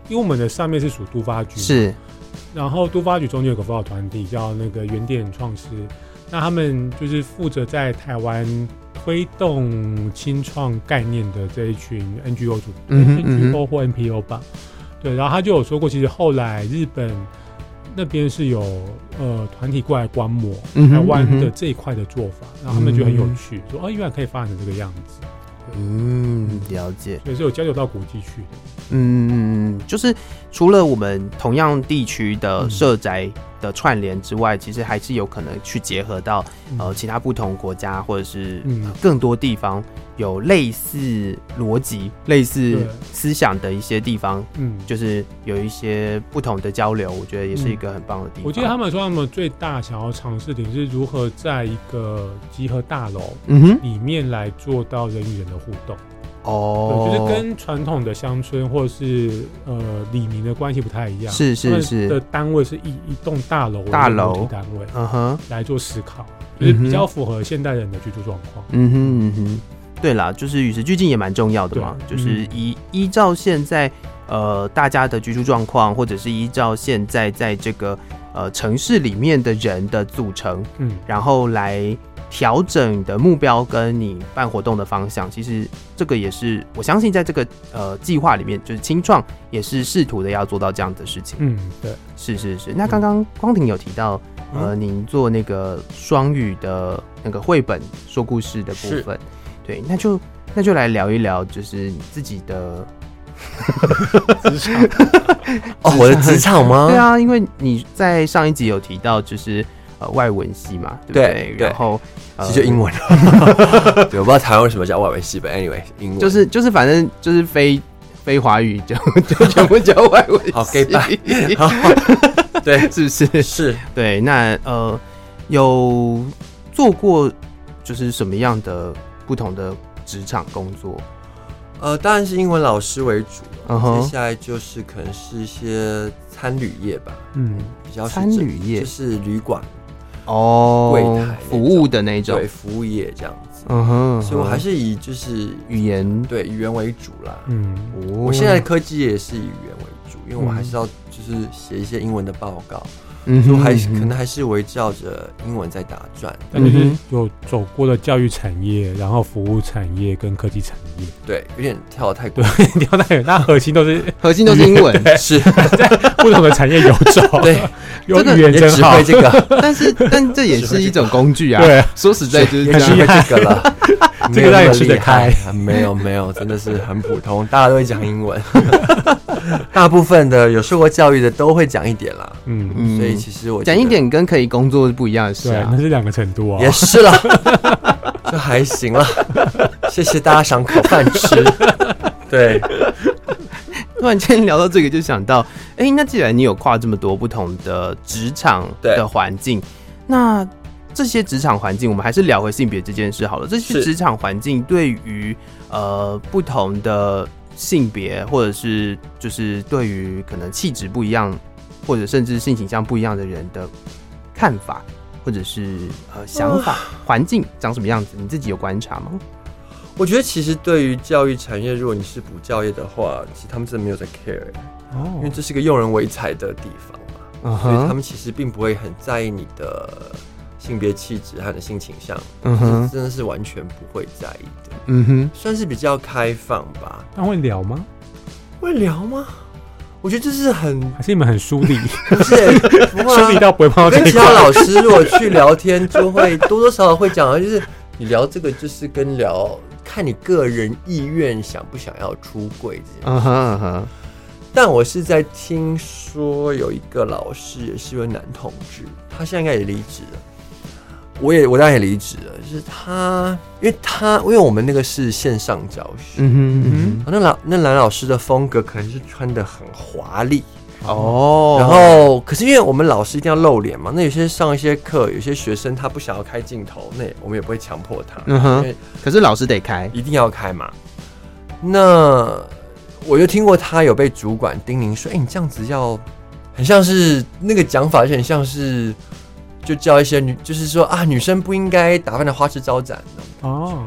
Speaker 4: 因为我们的上面是属都发局，，
Speaker 1: 是，
Speaker 4: 然后都发局中间有个辅导团体叫那个原点创师，那他们就是负责在台湾推动新创概念的这一群 NGO 组
Speaker 1: 嗯哼嗯
Speaker 4: NGO 或 NPO 吧。对，然后他就有说过，其实后来日本那边是有呃团体过来观摩
Speaker 1: 嗯哼
Speaker 4: 台湾
Speaker 1: 嗯
Speaker 4: 的
Speaker 1: 哼
Speaker 4: 这一块的做法，然后他们觉得很有趣，说哦，原来可以发展成这个样子，
Speaker 1: 嗯，了解。
Speaker 4: 所以是有交流到国际去的。
Speaker 1: 嗯，就是除了我们同样地区的
Speaker 4: 嗯
Speaker 1: 社宅的串联之外，其实还是有可能去结合到
Speaker 4: 嗯
Speaker 1: 呃其他不同国家或者是
Speaker 4: 嗯
Speaker 1: 呃更多地方有类似逻辑、类似
Speaker 4: 对
Speaker 1: 思想的一些地方，
Speaker 4: 嗯，
Speaker 1: 就是有一些不同的交流，我觉得也是一个很棒的地方。
Speaker 4: 我记得他们说他们最大想要尝试点是如何在一个集合大楼
Speaker 1: 嗯哼，
Speaker 4: 里面来做到人与人的互动，
Speaker 1: 哦，
Speaker 4: 对，就是跟传统的乡村或是呃里民的关系不太一样，
Speaker 1: 是
Speaker 4: 他
Speaker 1: 是
Speaker 4: 们的
Speaker 1: 是，
Speaker 4: 单位是一一栋大楼为
Speaker 1: 大楼
Speaker 4: 目的单位
Speaker 1: 嗯哼。
Speaker 4: 来做思考，就是比
Speaker 1: 嗯哼
Speaker 4: 较符合现代人的居住状况。
Speaker 1: 嗯哼嗯哼，对啦，就是与时俱进也蛮重要的嘛，就
Speaker 4: 对
Speaker 1: 是依、依照现在呃大家的居住状况，或者是依照现在在这个呃城市里面的人的组成，
Speaker 4: 嗯，
Speaker 1: 然后来调整你的目标跟你办活动的方向。其实这个也是我相信在这个呃计划里面，就是清创也是试图的要做到这样的事情。
Speaker 4: 嗯，对，
Speaker 1: 是是
Speaker 3: 嗯
Speaker 1: 是，那刚刚光庭有提到，呃，您做那个双语的那个绘本说故事的部
Speaker 3: 是
Speaker 1: 分，对，那就那就来聊一聊，就是你自己的，
Speaker 3: 哦，我的职场吗？
Speaker 1: 对，啊，因为你在上一集有提到，就是呃外文系嘛，对不
Speaker 3: 对对
Speaker 1: 然后呃
Speaker 3: 其实就英，文了。 对，我不知道台湾为什么叫外文系，本 anyway，英文
Speaker 1: 就是就是反正就是非非华语就 就全部叫外 文系，
Speaker 3: 好 gay 拜 对
Speaker 1: 是不是？
Speaker 3: 是
Speaker 1: 对，那呃，有做过就是什么样的不同的职场工作？
Speaker 3: 呃，当然是英文老师为主了
Speaker 1: 嗯哼
Speaker 3: 接下来就是可能是一些餐旅业吧，
Speaker 4: 嗯，
Speaker 3: 比较是
Speaker 1: 餐
Speaker 3: 这
Speaker 1: 旅业
Speaker 3: 就是旅馆
Speaker 1: 哦
Speaker 3: 柜台那种
Speaker 1: 服务的那种
Speaker 3: 对，服务业这样子，
Speaker 1: 嗯哼，
Speaker 3: 所以我还
Speaker 1: 是
Speaker 3: 是以就是
Speaker 1: 语言。
Speaker 3: 对语言为主啦。
Speaker 4: 嗯，
Speaker 1: 哦
Speaker 3: 我现在的科技也是以语言为主，因为我还是要就是写一些英文的报告，
Speaker 1: 嗯
Speaker 3: 所以
Speaker 1: 哼
Speaker 3: 我还是
Speaker 1: 嗯哼
Speaker 3: 可能还是围绕着英文在打转。
Speaker 4: 但就
Speaker 1: 嗯
Speaker 4: 是
Speaker 1: 哼
Speaker 4: 有走过的教育产业，然后服务产业跟科技产业，
Speaker 3: 对，有点跳得太
Speaker 4: 对
Speaker 3: 快，，
Speaker 4: 你要那那核心都是
Speaker 1: 核心都是英文，
Speaker 3: 是
Speaker 4: 不同的产业游走，
Speaker 3: 对，
Speaker 4: 有
Speaker 1: 这个
Speaker 4: 语言
Speaker 3: 也
Speaker 4: 真
Speaker 3: 只
Speaker 4: 好
Speaker 3: 会，这 个，
Speaker 1: 但是但这也是一种工具啊。
Speaker 4: 对，，
Speaker 1: 说实在就是
Speaker 3: 也
Speaker 1: 这
Speaker 3: 只
Speaker 1: 样。
Speaker 3: 会这个了
Speaker 4: 这个让你吃得开
Speaker 3: 没有那么厉害。啊没有没有，真的是很普通，大家都会讲英文， 大部分的有受过教育的都会讲一点啦。
Speaker 4: 嗯，
Speaker 1: 嗯
Speaker 3: 所以其实我觉
Speaker 1: 讲
Speaker 3: 得
Speaker 1: 一点跟可以工作是不一样的事
Speaker 4: 对，
Speaker 1: 啊
Speaker 4: 那。是两个程度啊
Speaker 3: 也。是啦， 这还行啦，谢谢大家赏口饭吃。对，
Speaker 1: 突然间聊到这个，就想到，哎、那既然你有跨这么多不同的职场
Speaker 3: 对
Speaker 1: 的环境，那这些职场环境，我们还是聊回性别这件事好了。这些
Speaker 3: 是
Speaker 1: 职场环境对于呃不同的性别，或者是就是对于可能气质不一样，或者甚至性倾向不一样的人的看法，或者是呃想
Speaker 3: 啊
Speaker 1: 法，环境长什么样子，你自己有观察吗？
Speaker 3: 我觉得其实对于教育产业，如果你是补教业的话，其实他们真的没有在 care，因为
Speaker 4: 哦，
Speaker 3: 这是个用人为才的地方嘛，
Speaker 1: 嗯
Speaker 3: 所以
Speaker 1: 哼，
Speaker 3: 他们其实并不会很在意你的性别气质和你的性倾向，
Speaker 1: 嗯
Speaker 3: 这
Speaker 1: 哼，
Speaker 3: 真的是完全不会在意的，
Speaker 1: 嗯哼。
Speaker 3: 算是比较开放吧。
Speaker 4: 那会聊吗？
Speaker 3: 会聊吗？我觉得这是很
Speaker 4: 还是你们很疏 离，
Speaker 3: 不是不会
Speaker 4: 疏
Speaker 3: 啊
Speaker 4: 离到不会碰到
Speaker 3: 我
Speaker 4: 这
Speaker 3: 跟
Speaker 4: 一
Speaker 3: 其
Speaker 4: 块
Speaker 3: 他？老师如果去聊天，就会多多少少会讲到，就是你聊这个，就是跟聊看你个人意愿想不想要出柜这件
Speaker 1: 嗯
Speaker 3: 事。
Speaker 1: 哼嗯哼，
Speaker 3: 但我是在听说有一个老师也是一位男同志，他现在应该也离职了。我也我当然也离职了，就是他，因为他因为我们那个是线上教学，
Speaker 1: 嗯哼嗯
Speaker 3: 啊那老那男老师的风格可能是穿的很华丽，
Speaker 1: 哼，哦，
Speaker 3: 然后，可是因为我们老师一定要露脸嘛，那有些上一些课，有些学生他不想要开镜头，那也我们也不会强迫他，
Speaker 1: 嗯
Speaker 3: 因
Speaker 1: 哼，
Speaker 3: 为
Speaker 1: 可是老师得开，
Speaker 3: 一定要开嘛。那我就听过他有被主管叮咛说：“哎、你这样子要很像是那个讲法，就很像是就叫一些女，就是说啊，女生不应该打扮的花枝招展的。
Speaker 4: 哦，”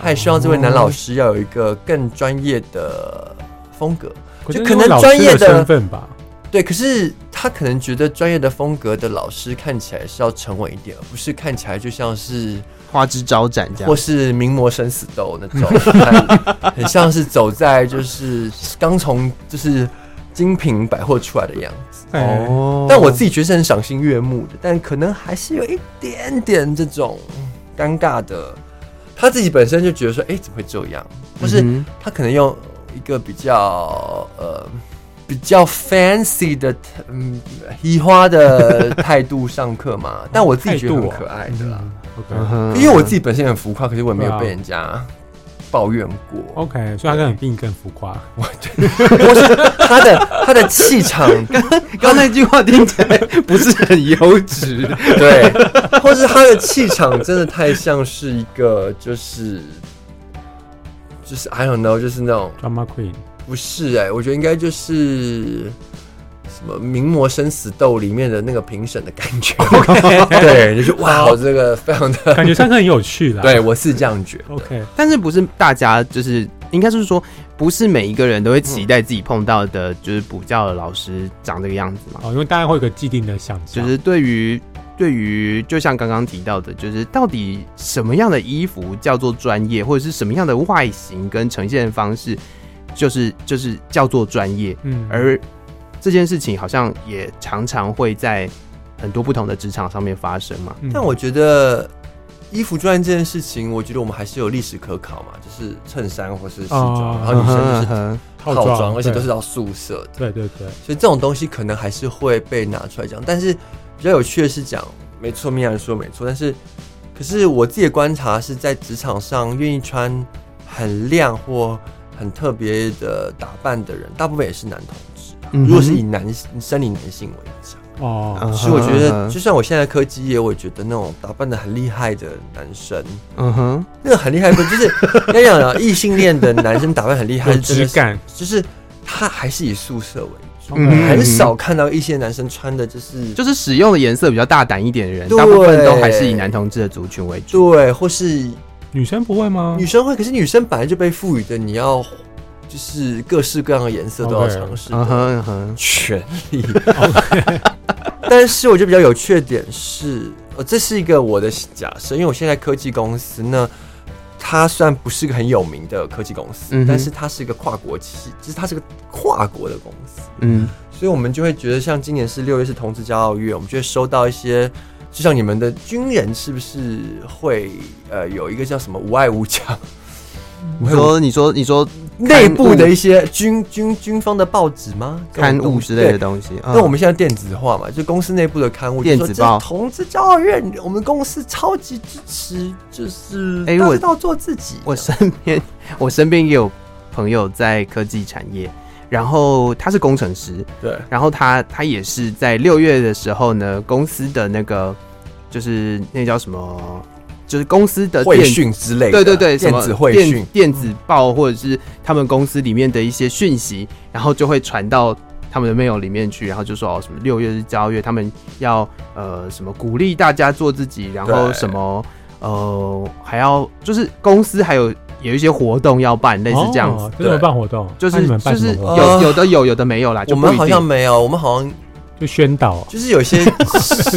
Speaker 3: 他也希望这位男老师要有一个更专业的风格。
Speaker 4: 是
Speaker 3: 就可能
Speaker 4: 因为老师
Speaker 3: 专业的
Speaker 4: 身份吧。
Speaker 3: 对，可是他可能觉得专业的风格的老师看起来是要沉稳一点，而不是看起来就像是
Speaker 1: 花枝招展这
Speaker 3: 或
Speaker 1: 样。
Speaker 3: 是名模生死斗那种，很 很像是走在就是刚从就是精品百货出来的样子。
Speaker 4: 哦，
Speaker 3: 但我自己觉得是很赏心悦目的，但可能还是有一点点这种尴尬的。他自己本身就觉得说，哎、怎么会这样？或是
Speaker 1: 嗯
Speaker 3: 他可能用一个比较呃比较 fancy 的嗯 移花的态度上课嘛，但我自己觉得
Speaker 4: 哦
Speaker 3: 很可爱的啦，
Speaker 1: 嗯
Speaker 4: OK
Speaker 1: 哼
Speaker 3: 因为我自己本身很浮夸，可是我也没有
Speaker 4: 对啊
Speaker 3: 被人家抱怨
Speaker 1: 哦
Speaker 3: 过。
Speaker 4: OK，所以他跟你并更浮 夸。
Speaker 3: 我是他的他的气场，
Speaker 1: 刚那句话听起 来不是很优质，
Speaker 3: 对，或是他的气场真的太像是一个就是。就是 I don't know，就是那种
Speaker 4: Drama Queen，
Speaker 3: 不是哎、我觉得应该就是什么名模生死斗里面的那个评审的感觉。 对，就是哇，我这个非常的，
Speaker 4: 感觉上课很有趣啦。
Speaker 3: 对我是这样觉得。
Speaker 4: ，OK，
Speaker 1: 但是不是大家就是应该就是说，不是每一个人都会期待自己碰到的，就是补教的老师长这个样子嘛？
Speaker 4: 哦，因为大家会有个既定的想象，
Speaker 1: 就是啊对于对于，就像刚刚提到的，就是到底什么样的衣服叫做专业，或者是什么样的外形跟呈现方式，就是就是叫做专业。
Speaker 4: 嗯，
Speaker 1: 而这件事情好像也常常会在很多不同的职场上面发生嘛。
Speaker 4: 嗯
Speaker 3: 但我觉得衣服专业这件事情，我觉得我们还是有历史可考嘛，就是衬衫或是西装，
Speaker 4: 哦
Speaker 3: 然后女生就是
Speaker 1: 嗯哼
Speaker 4: 套
Speaker 3: 套
Speaker 4: 装，
Speaker 3: 装，而且
Speaker 4: 对
Speaker 3: 都是到宿舍的，
Speaker 4: 对对对，
Speaker 3: 所以这种东西可能还是会被拿出来讲。但是比较有趣的是讲，没错，米然说没错，但是可是我自己的观察是在职场上，愿意穿很亮或很特别的打扮的人，大部分也是男同志啊。
Speaker 1: 嗯哼
Speaker 3: 如果是以男生理男性为讲，
Speaker 4: 哦，
Speaker 3: 是嗯我觉得，就算我现在科技业，我也觉得那种打扮的很厉害的男生，
Speaker 1: 嗯哼，
Speaker 3: 那个很厉害不就是要讲啊，异性恋的男生打扮很厉害，
Speaker 4: 啊 有
Speaker 3: 是真
Speaker 4: 质
Speaker 3: 的是
Speaker 4: 感，哦
Speaker 3: 就是他还是以宿舍为主，
Speaker 1: 嗯哼
Speaker 3: 很少看到一些男生穿的就是
Speaker 1: 就是使用的颜色比较大胆一点的人，
Speaker 3: 对
Speaker 1: 大部分都还是以男同志的族群为主。
Speaker 3: 对，或是
Speaker 4: 女生不会吗？
Speaker 3: 女生会，可是女生本来就被赋予的，你要就是各式各样的颜色都要
Speaker 4: OK
Speaker 3: 尝试的
Speaker 1: 嗯哼嗯哼，
Speaker 3: 权利。 但是我觉得比较有缺点是，呃，这是一个我的假设，因为我现在科技公司呢，它虽然不是个很有名的科技公司，
Speaker 1: 嗯哼
Speaker 3: 但是它是一个跨国企，就是它是个跨国的公司，
Speaker 1: 嗯，
Speaker 3: 所以我们就会觉得，像今年是六月是同志骄傲月，我们就会收到一些。就像你们的军人是不是会呃有一个叫什么无爱无家
Speaker 1: 你说你说你说
Speaker 3: 内部的一些军军军方的报纸吗？这种
Speaker 1: 刊
Speaker 3: 东
Speaker 1: 物
Speaker 3: 西
Speaker 1: 之类
Speaker 3: 对
Speaker 1: 的东西，啊
Speaker 3: 那我
Speaker 1: 们
Speaker 3: 们现在电子化嘛，就公司内部的刊物，
Speaker 1: 嗯电
Speaker 3: 就说
Speaker 1: 子报
Speaker 3: 这是同志骄傲月，我们公司超级支持，就是
Speaker 1: 哎
Speaker 3: 大
Speaker 1: 我
Speaker 3: 家要做自己。
Speaker 1: 我身边我身边也有朋友在科技产业，然后他是工程师，
Speaker 3: 对，
Speaker 1: 然后他他也是在六月的时候呢，公司的那个就是那叫什么，就是公司的
Speaker 3: 会
Speaker 1: 呃电
Speaker 3: 讯之类的，
Speaker 1: 对对对，什
Speaker 3: 电
Speaker 1: 么
Speaker 3: 子会
Speaker 1: 电
Speaker 3: 讯，
Speaker 1: 电子报或者是他们公司里面的一些讯息，然后就会传到他们的 mail 里面去，然后就说哦什么六月是交月，他们要呃什么鼓励大家做自己，然后
Speaker 3: 对
Speaker 1: 什么呃还要就是公司还有有一些活动要办，类似这样子。
Speaker 4: 哦真的有
Speaker 3: 对
Speaker 4: 办活动，
Speaker 1: 就
Speaker 4: 那
Speaker 1: 是
Speaker 4: 你们
Speaker 1: 就
Speaker 4: 办什
Speaker 1: 是
Speaker 4: 么活动哦
Speaker 3: 动
Speaker 1: 有
Speaker 3: 呃
Speaker 1: 有的有有的没有啦，
Speaker 3: 我
Speaker 1: 就不一
Speaker 3: 们
Speaker 1: 定
Speaker 3: 好像没有，我们好像
Speaker 4: 就宣导，啊
Speaker 3: 就是有 些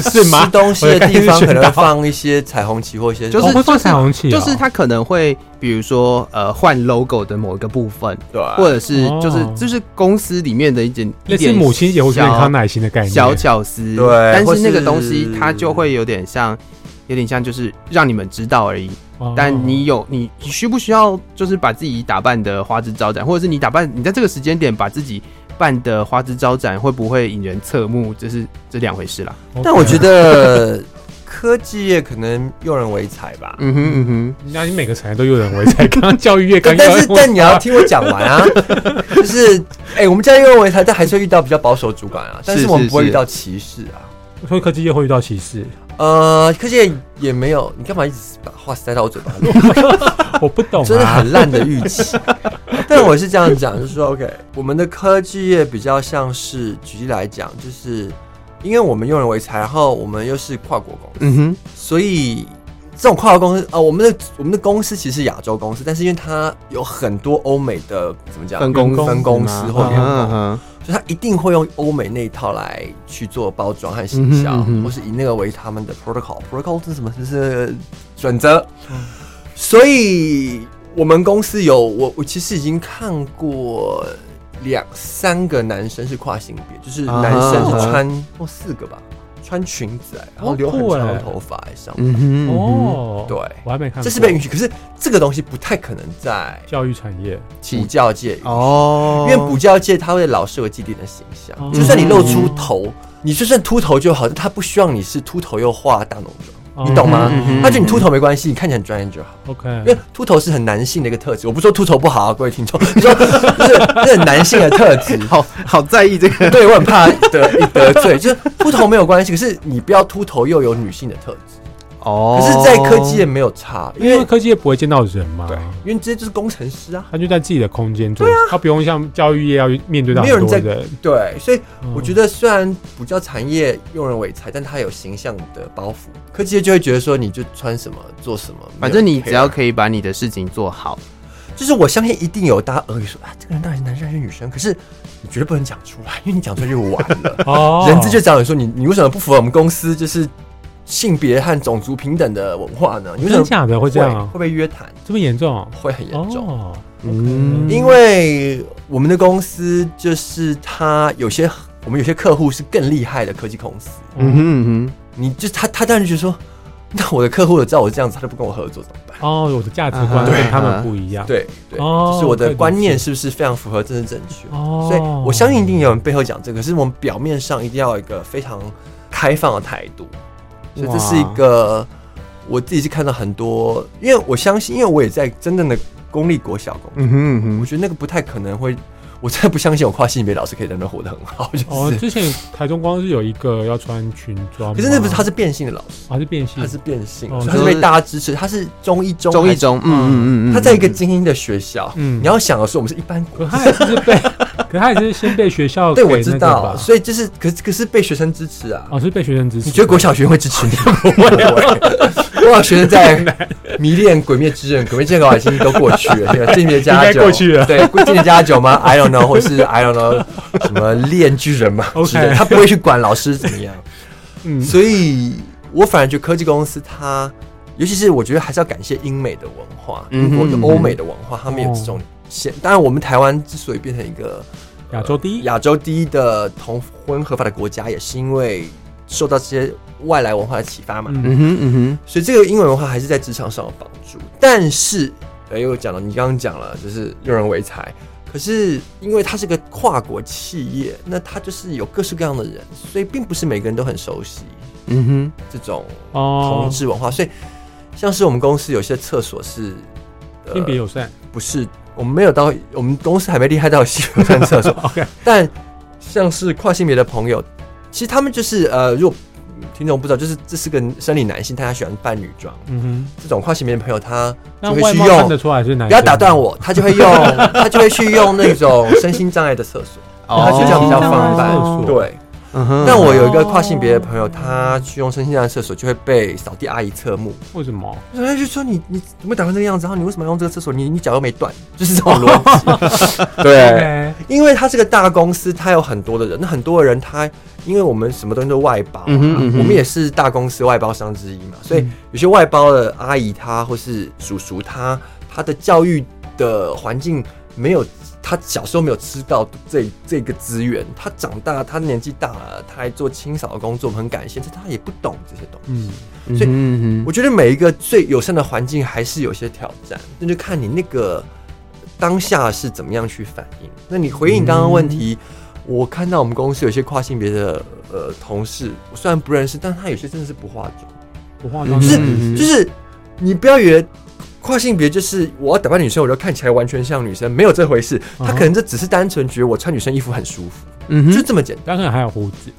Speaker 4: 是吗
Speaker 3: 吃？东西的地方可能会放一些彩虹旗或一些，
Speaker 1: 就
Speaker 4: 哦
Speaker 1: 是
Speaker 4: 会放彩虹旗哦，
Speaker 1: 就是他可能会比如说呃换 logo 的某一个部分，
Speaker 3: 对啊，
Speaker 1: 或者是就是
Speaker 4: 哦
Speaker 1: 就是公司里面的一点一
Speaker 4: 类似
Speaker 1: 点
Speaker 4: 母亲节或者
Speaker 1: 小
Speaker 4: 康乃馨的概念，
Speaker 1: 小巧思，
Speaker 3: 对
Speaker 1: 但
Speaker 3: 或
Speaker 1: 是那个
Speaker 3: 是
Speaker 1: 东西它就会有点像，有点像就是让你们知道而已。
Speaker 4: 哦
Speaker 1: 但你有你你需不需要就是把自己打扮的花枝招展，或者是你打扮你在这个时间点把自己扮的花枝招展，会不会引人侧目？这是这两回事啦。
Speaker 4: 哦 OK
Speaker 3: 但我 觉得科技业可能用人为才吧。
Speaker 1: 嗯哼嗯哼，
Speaker 4: 那你每个产业都有人为才，刚刚教育业，刚
Speaker 3: 但
Speaker 4: 刚
Speaker 3: 但是但你要听我讲完啊， 就是哎、我们家用人为才，但还是会遇到比较保守主管啊，但
Speaker 1: 是
Speaker 3: 是我们
Speaker 1: 是
Speaker 3: 不会
Speaker 1: 是
Speaker 3: 遇到歧视啊。
Speaker 4: 所以科技业会遇到歧视，
Speaker 3: 呃，可是也没有，你干嘛一直把话塞到我嘴巴 里？
Speaker 4: 我不懂
Speaker 3: 真的
Speaker 4: 啊，
Speaker 3: 很烂的预期。 但我是这样讲，就是说，OK，我们的科技业比较像是，举例来讲，就是因为我们用人为才，然后我们又是跨国公司，
Speaker 1: 嗯哼，
Speaker 3: 所以这种跨国公司，呃，我们的我们的公司其实是亚洲公司，但是因为它有很多欧美的怎么讲
Speaker 1: 分公
Speaker 4: 员工
Speaker 3: 分公司或
Speaker 1: 嗯
Speaker 3: 员工，
Speaker 1: 哼
Speaker 3: 所以它一定会用欧美那一套来去做包装和行
Speaker 1: 嗯
Speaker 3: 销，
Speaker 1: 哼嗯哼
Speaker 3: 或是以那个为他们的 protocol。protocol 是什么？就是准则。
Speaker 1: 嗯
Speaker 3: 所以我们公司有我，我其实已经看过两三个男生是跨性别，就是男生是
Speaker 1: 啊
Speaker 3: 穿哦四个吧，穿裙子、哎，然后留很
Speaker 4: 好酷哎
Speaker 3: 长的头发、哎上面。
Speaker 1: 欸嗯哼，哦，
Speaker 4: 哦，
Speaker 3: 嗯对
Speaker 4: 我还没看过，
Speaker 3: 这是被允许，可是这个东西不太可能在
Speaker 1: 嗯
Speaker 4: 教育产业，
Speaker 3: 补教界允许
Speaker 1: 哦，
Speaker 3: 因为 补教界它会老是有既定的形象，
Speaker 4: 哦
Speaker 3: 就算你露出
Speaker 1: 嗯
Speaker 3: 头，你就算秃头就好，他不希望你是秃头又化大浓妆，
Speaker 4: 哦
Speaker 3: 你懂吗
Speaker 1: 嗯嗯嗯？
Speaker 3: 他觉得你秃头没关系，你看起来很专业就好。
Speaker 4: ？OK，
Speaker 3: 因为秃头是很男性的一个特质，我不说秃头不好啊，各位听众， 你说就是是很男性的特 质。
Speaker 1: 好好在意这个，
Speaker 3: 对，我很怕得一得罪，就是秃头没有关系，可是你不要秃头又有女性的特质。
Speaker 1: 哦
Speaker 3: 可是，在科技也没有差，因
Speaker 4: 因
Speaker 3: 为
Speaker 4: 为科技业不会见到人嘛，
Speaker 3: 对，因为这就是工程师啊，
Speaker 4: 他就在自己的空间做，他不用像教育业要面对到
Speaker 3: 没有
Speaker 4: 很
Speaker 3: 人
Speaker 4: 多
Speaker 3: 在
Speaker 4: 人。
Speaker 3: 对，所以我觉
Speaker 4: 得
Speaker 3: 得虽然补教产业用人为才，但它有形象的包袱。科技业就会觉得说，你就穿什么做什么，
Speaker 1: 反正你
Speaker 3: 没有
Speaker 1: 只
Speaker 3: 人
Speaker 1: 要
Speaker 3: care
Speaker 1: 可以把你的事情做好，
Speaker 3: 就是我相信一定有大家耳语说啊，这个人到底是男生还是女生？可是你绝对不能讲出来，因为你讲出来就完了。
Speaker 4: 哦，
Speaker 3: 人资就讲你说你你为什么不符合我们公司就是性别和种族平等的文化呢？你为什
Speaker 4: 哦真
Speaker 3: 么
Speaker 4: 假的会
Speaker 3: 会
Speaker 4: 这样啊
Speaker 3: 会，被约谈？
Speaker 4: 这么严重？
Speaker 3: 会很严重。
Speaker 4: 哦，
Speaker 1: 嗯，
Speaker 3: 因为我们的公司就是它有些我们有些客户是更厉害的科技公司，
Speaker 1: 嗯
Speaker 4: 嗯
Speaker 1: 哼嗯
Speaker 3: 你就他他当然觉得说，那我的客户有知道我这样子，他就不跟我合作怎么办？
Speaker 4: 哦，我的价值
Speaker 1: 啊哈
Speaker 4: 观跟他
Speaker 1: 对啊
Speaker 4: 们不一样，
Speaker 3: 对对，
Speaker 4: 哦
Speaker 3: 就是我的观
Speaker 4: 可以
Speaker 3: 念
Speaker 4: 理
Speaker 3: 是不是非常符合政治正确？
Speaker 4: 哦，
Speaker 3: 所以我相信一定有人背后讲这个，可是我们表面上一定要有一个非常开放的态度，所以这是一个我自己是看到很多，因为我相信，因为我也在真正的公立国小
Speaker 1: 哼
Speaker 3: 工
Speaker 1: 嗯哼嗯哼，
Speaker 3: 我觉得那个不太可能会。我真的不相信有跨性别老师可以在那活得很好，就是。
Speaker 4: 哦，之前台中光是有一个要穿裙装吗，
Speaker 3: 可是那不是他是变性的老师，
Speaker 4: 哦他是变性
Speaker 3: 他，是变性，
Speaker 4: 哦
Speaker 3: 所以他是被大家支持，他是中一中
Speaker 1: 中一
Speaker 3: 还是
Speaker 1: 中，嗯嗯嗯嗯，
Speaker 3: 他在一个精英的学校，
Speaker 4: 嗯
Speaker 3: 你要想的是我们是一般国
Speaker 4: 可他也是 被，可他也是先被学校
Speaker 3: 对，我
Speaker 4: 给
Speaker 3: 知
Speaker 4: 那个
Speaker 3: 道，啊
Speaker 4: 吧
Speaker 3: 所以就是，可是可是被学生支持啊。
Speaker 4: 哦，是被学生支持。
Speaker 3: 你觉得国小学生会支 持你？不会，
Speaker 4: 啊
Speaker 3: 国小学生在迷恋《鬼灭之刃》，《鬼灭之刃》搞已经都过去了，对吧？《进击的
Speaker 4: 应
Speaker 3: 家
Speaker 4: 该
Speaker 3: 酒》
Speaker 4: 过去了
Speaker 3: 对，《进击的家酒》吗？I don't know，或是 I don't know 什么恋巨人嘛
Speaker 4: OK
Speaker 3: 之类的他不会去管老师怎么样。
Speaker 4: 嗯，
Speaker 3: 所以我反而觉得科技公司它，尤其是我觉得还是要感谢英美的文化，
Speaker 1: 嗯哼
Speaker 3: 英国就欧美的文化，他们有这种现。当然，我们台湾之所以变成一个
Speaker 4: 亚洲第一，
Speaker 3: 亚洲第一的同婚合法的国家，也是因为受到这些外来文化的启发嘛。
Speaker 4: 嗯
Speaker 1: 嗯哼嗯哼，
Speaker 3: 所以这个英文文化还是在职场上有帮助。但是，呃，又讲了，你刚刚讲了，就是用人为才。可是，因为它是个跨国企业，那它就是有各式各样的人，所以并不是每个人都很熟悉
Speaker 1: 嗯哼，
Speaker 3: 这种同
Speaker 4: 哦，
Speaker 3: 志文化。所以，像是我们公司有些厕所是、呃
Speaker 4: 性别友善
Speaker 3: 不是，我们没有到，我们公司还没厉害到性别上厕所。
Speaker 4: ，OK，
Speaker 3: 但像是跨性别的朋友，其实他们就是呃，如果嗯听众不知道，就是这是个生理男性，但他喜欢扮女装。
Speaker 4: 嗯
Speaker 3: 这种跨性别的朋友，他
Speaker 4: 哼，
Speaker 3: 就
Speaker 4: 那
Speaker 3: 会
Speaker 4: 外
Speaker 3: 去
Speaker 4: 貌看得
Speaker 3: 用，
Speaker 4: 出来是男生吗。
Speaker 3: 不要打断我，他就会用，他就会去用那 种身心障碍的厕所。
Speaker 4: 哦
Speaker 3: 他就这样比较放慢
Speaker 1: 哦
Speaker 3: 对，
Speaker 1: 嗯哼，
Speaker 3: 但我有一个跨性别的朋友，他去用身心障碍厕所，就会被扫地阿姨侧目。
Speaker 4: 为什么？
Speaker 3: 他就说你你怎么打扮这个样子？然后你为什么要用这个厕所？你你脚又没断，就是这种 逻辑。对，
Speaker 4: OK，
Speaker 3: 因为它是个大公司，它有很多的人，那很多人他因为我们什么东西都外包啊、
Speaker 1: 嗯哼嗯哼嗯
Speaker 3: 我们也是大公司外包商之一嘛，所以有些外包的阿姨她或是叔叔他他的教育的环境没有。他小时候没有吃到这这个资源，他长大，他年纪大了，他还做清扫的工作，我们很感谢，但他也不懂这些东西。
Speaker 4: 嗯，
Speaker 1: 嗯哼，
Speaker 3: 所以
Speaker 1: 嗯
Speaker 3: 我觉得每一个最友善的环境还是有些挑战，那就看你那个当下是怎么样去反应。那你回应刚刚问题，
Speaker 1: 嗯
Speaker 3: 我看到我们公司有些跨性别的呃同事，我虽然不认识，但他有些真的是不化妆，
Speaker 4: 不化妆
Speaker 1: 嗯
Speaker 4: 是
Speaker 1: 嗯
Speaker 3: 就是你不要以为。跨性别就是我要打扮女生，我就看起来完全像女生，没有这回事。他
Speaker 4: 嗯哼
Speaker 3: 可能这只是单纯觉得我穿女生衣服很舒服，
Speaker 1: 啊嗯
Speaker 3: 就
Speaker 1: 哼，
Speaker 3: 这么简单。
Speaker 4: 当然还有胡子，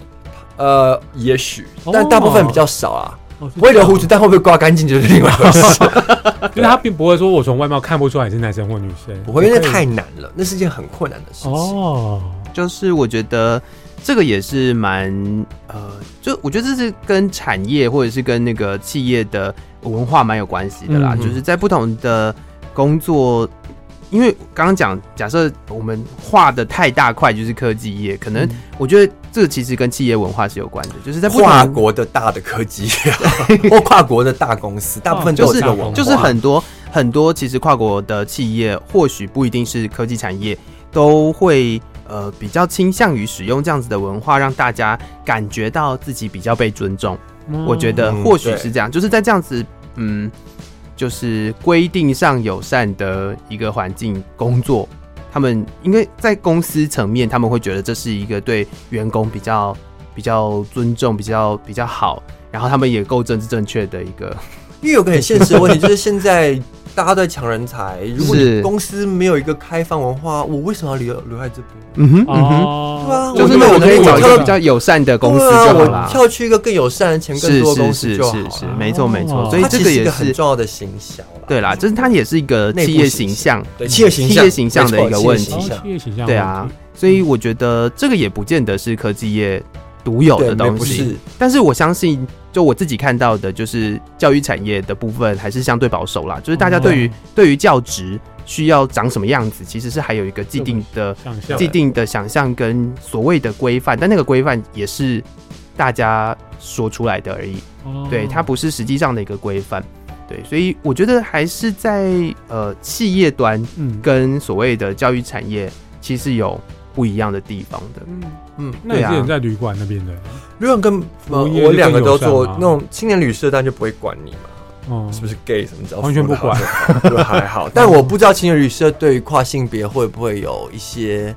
Speaker 3: 呃，也许，
Speaker 4: 哦
Speaker 3: 但大部分比较少啊。
Speaker 4: 哦
Speaker 3: 不会留胡，子，但会不会刮干净就是另外一回 事。
Speaker 4: 是这样就是他并不会说我从外貌看不出来是男生或女生，
Speaker 3: 不会，因为那太难了，那是件很困难的事情。
Speaker 4: 哦，
Speaker 1: 就是我觉得这个也是蛮呃，就我觉得这是跟产业或者是跟那个企业的文化蛮有关系的啦。
Speaker 4: 嗯嗯
Speaker 1: 就是在不同的工作，因为刚刚讲，假设我们画的太大块，就是科技业，可能
Speaker 4: 嗯
Speaker 1: 我觉得这其实跟企业文化是有关的，就是在不
Speaker 3: 跨
Speaker 1: 同
Speaker 3: 国的大的科技 业或跨国的大公司，大部分都有
Speaker 1: 哦就
Speaker 3: 这
Speaker 1: 是
Speaker 3: 个文化，
Speaker 1: 就是很多很多，其实跨国的企业或许不一定是科技产业，都会呃比较倾向于使用这样子的文化，让大家感觉到自己比较被尊重。我觉得
Speaker 3: 嗯
Speaker 1: 或许是这样，就是在这样子，嗯，就是规定上友善的一个环境工作，他们因为在公司层面，他们会觉得这是一个对员工比较比较尊重、比较比较好，然后他们也够政治正确的一个，
Speaker 3: 因为有个很现实的问题，就是现在大家都在抢人才，如果
Speaker 1: 是
Speaker 3: 你公司没有一个开放文化，我为什么要留留在这边？
Speaker 1: 嗯哼
Speaker 3: 对啊
Speaker 4: 哦，
Speaker 1: 就是
Speaker 3: 我觉得
Speaker 1: 我可以
Speaker 3: 我
Speaker 1: 找一
Speaker 3: 跳
Speaker 1: 个
Speaker 3: 到
Speaker 1: 比较友善的公司
Speaker 3: 对
Speaker 1: 就好
Speaker 3: 啊，我
Speaker 1: 啦。
Speaker 3: 跳去一个更友善、啊钱更
Speaker 1: 是
Speaker 3: 多的
Speaker 1: 是
Speaker 3: 公司
Speaker 1: 是
Speaker 3: 就好
Speaker 1: 是
Speaker 3: 了。
Speaker 1: 是，
Speaker 4: 啦
Speaker 1: 没错没错，
Speaker 4: 哦
Speaker 1: 所以
Speaker 3: 它
Speaker 1: 这
Speaker 3: 其
Speaker 1: 个
Speaker 3: 实是一
Speaker 1: 也
Speaker 3: 个很
Speaker 1: 是
Speaker 3: 重要的行销啦。
Speaker 1: 对啦，就是它也是一个
Speaker 3: 内部
Speaker 1: 企业
Speaker 3: 形
Speaker 1: 形象，
Speaker 3: 对企业形象、
Speaker 1: 企业形象的一个
Speaker 3: 没错
Speaker 1: 问
Speaker 3: 企业
Speaker 1: 题
Speaker 3: 形
Speaker 4: 哦
Speaker 3: 象
Speaker 4: 企业形象
Speaker 1: 对啊，所以我觉得这个也不见得是科技业独有
Speaker 3: 对，
Speaker 1: 的
Speaker 3: 没
Speaker 1: 东
Speaker 3: 不
Speaker 1: 西，
Speaker 3: 是
Speaker 1: 但是我相信，就我自己看到的，就是教育产业的部分还是相对保守啦，就是大
Speaker 3: 嗯
Speaker 1: 家对于、
Speaker 3: 啊
Speaker 4: 哦
Speaker 1: 对于教职需要长什么样子，其实是还有一个既定的
Speaker 4: 问题，想象
Speaker 1: 既定的想象跟所谓的规范，但那个规范也是大家说出来的而已。
Speaker 4: 哦
Speaker 3: 嗯
Speaker 1: 对，它不是实际上的一个规范。对，所以我觉得还是在呃企业端
Speaker 4: 嗯
Speaker 1: 跟所谓的教育产业其实有不一样的地方 的。
Speaker 4: 嗯，
Speaker 3: 嗯。
Speaker 4: 那你
Speaker 1: 对啊
Speaker 4: 之前在旅馆那边的，
Speaker 3: 如果跟呃
Speaker 4: 服务业就
Speaker 3: 我两个都
Speaker 4: 更友
Speaker 3: 做
Speaker 4: 善啊
Speaker 3: 那种青年旅社，当然就不会管你嘛。
Speaker 4: 哦，
Speaker 3: 是不是 gay 什么只要
Speaker 4: 完全不管
Speaker 3: 服 得好就好，就还好。但我不知道情侣社对于跨性别会不会有一些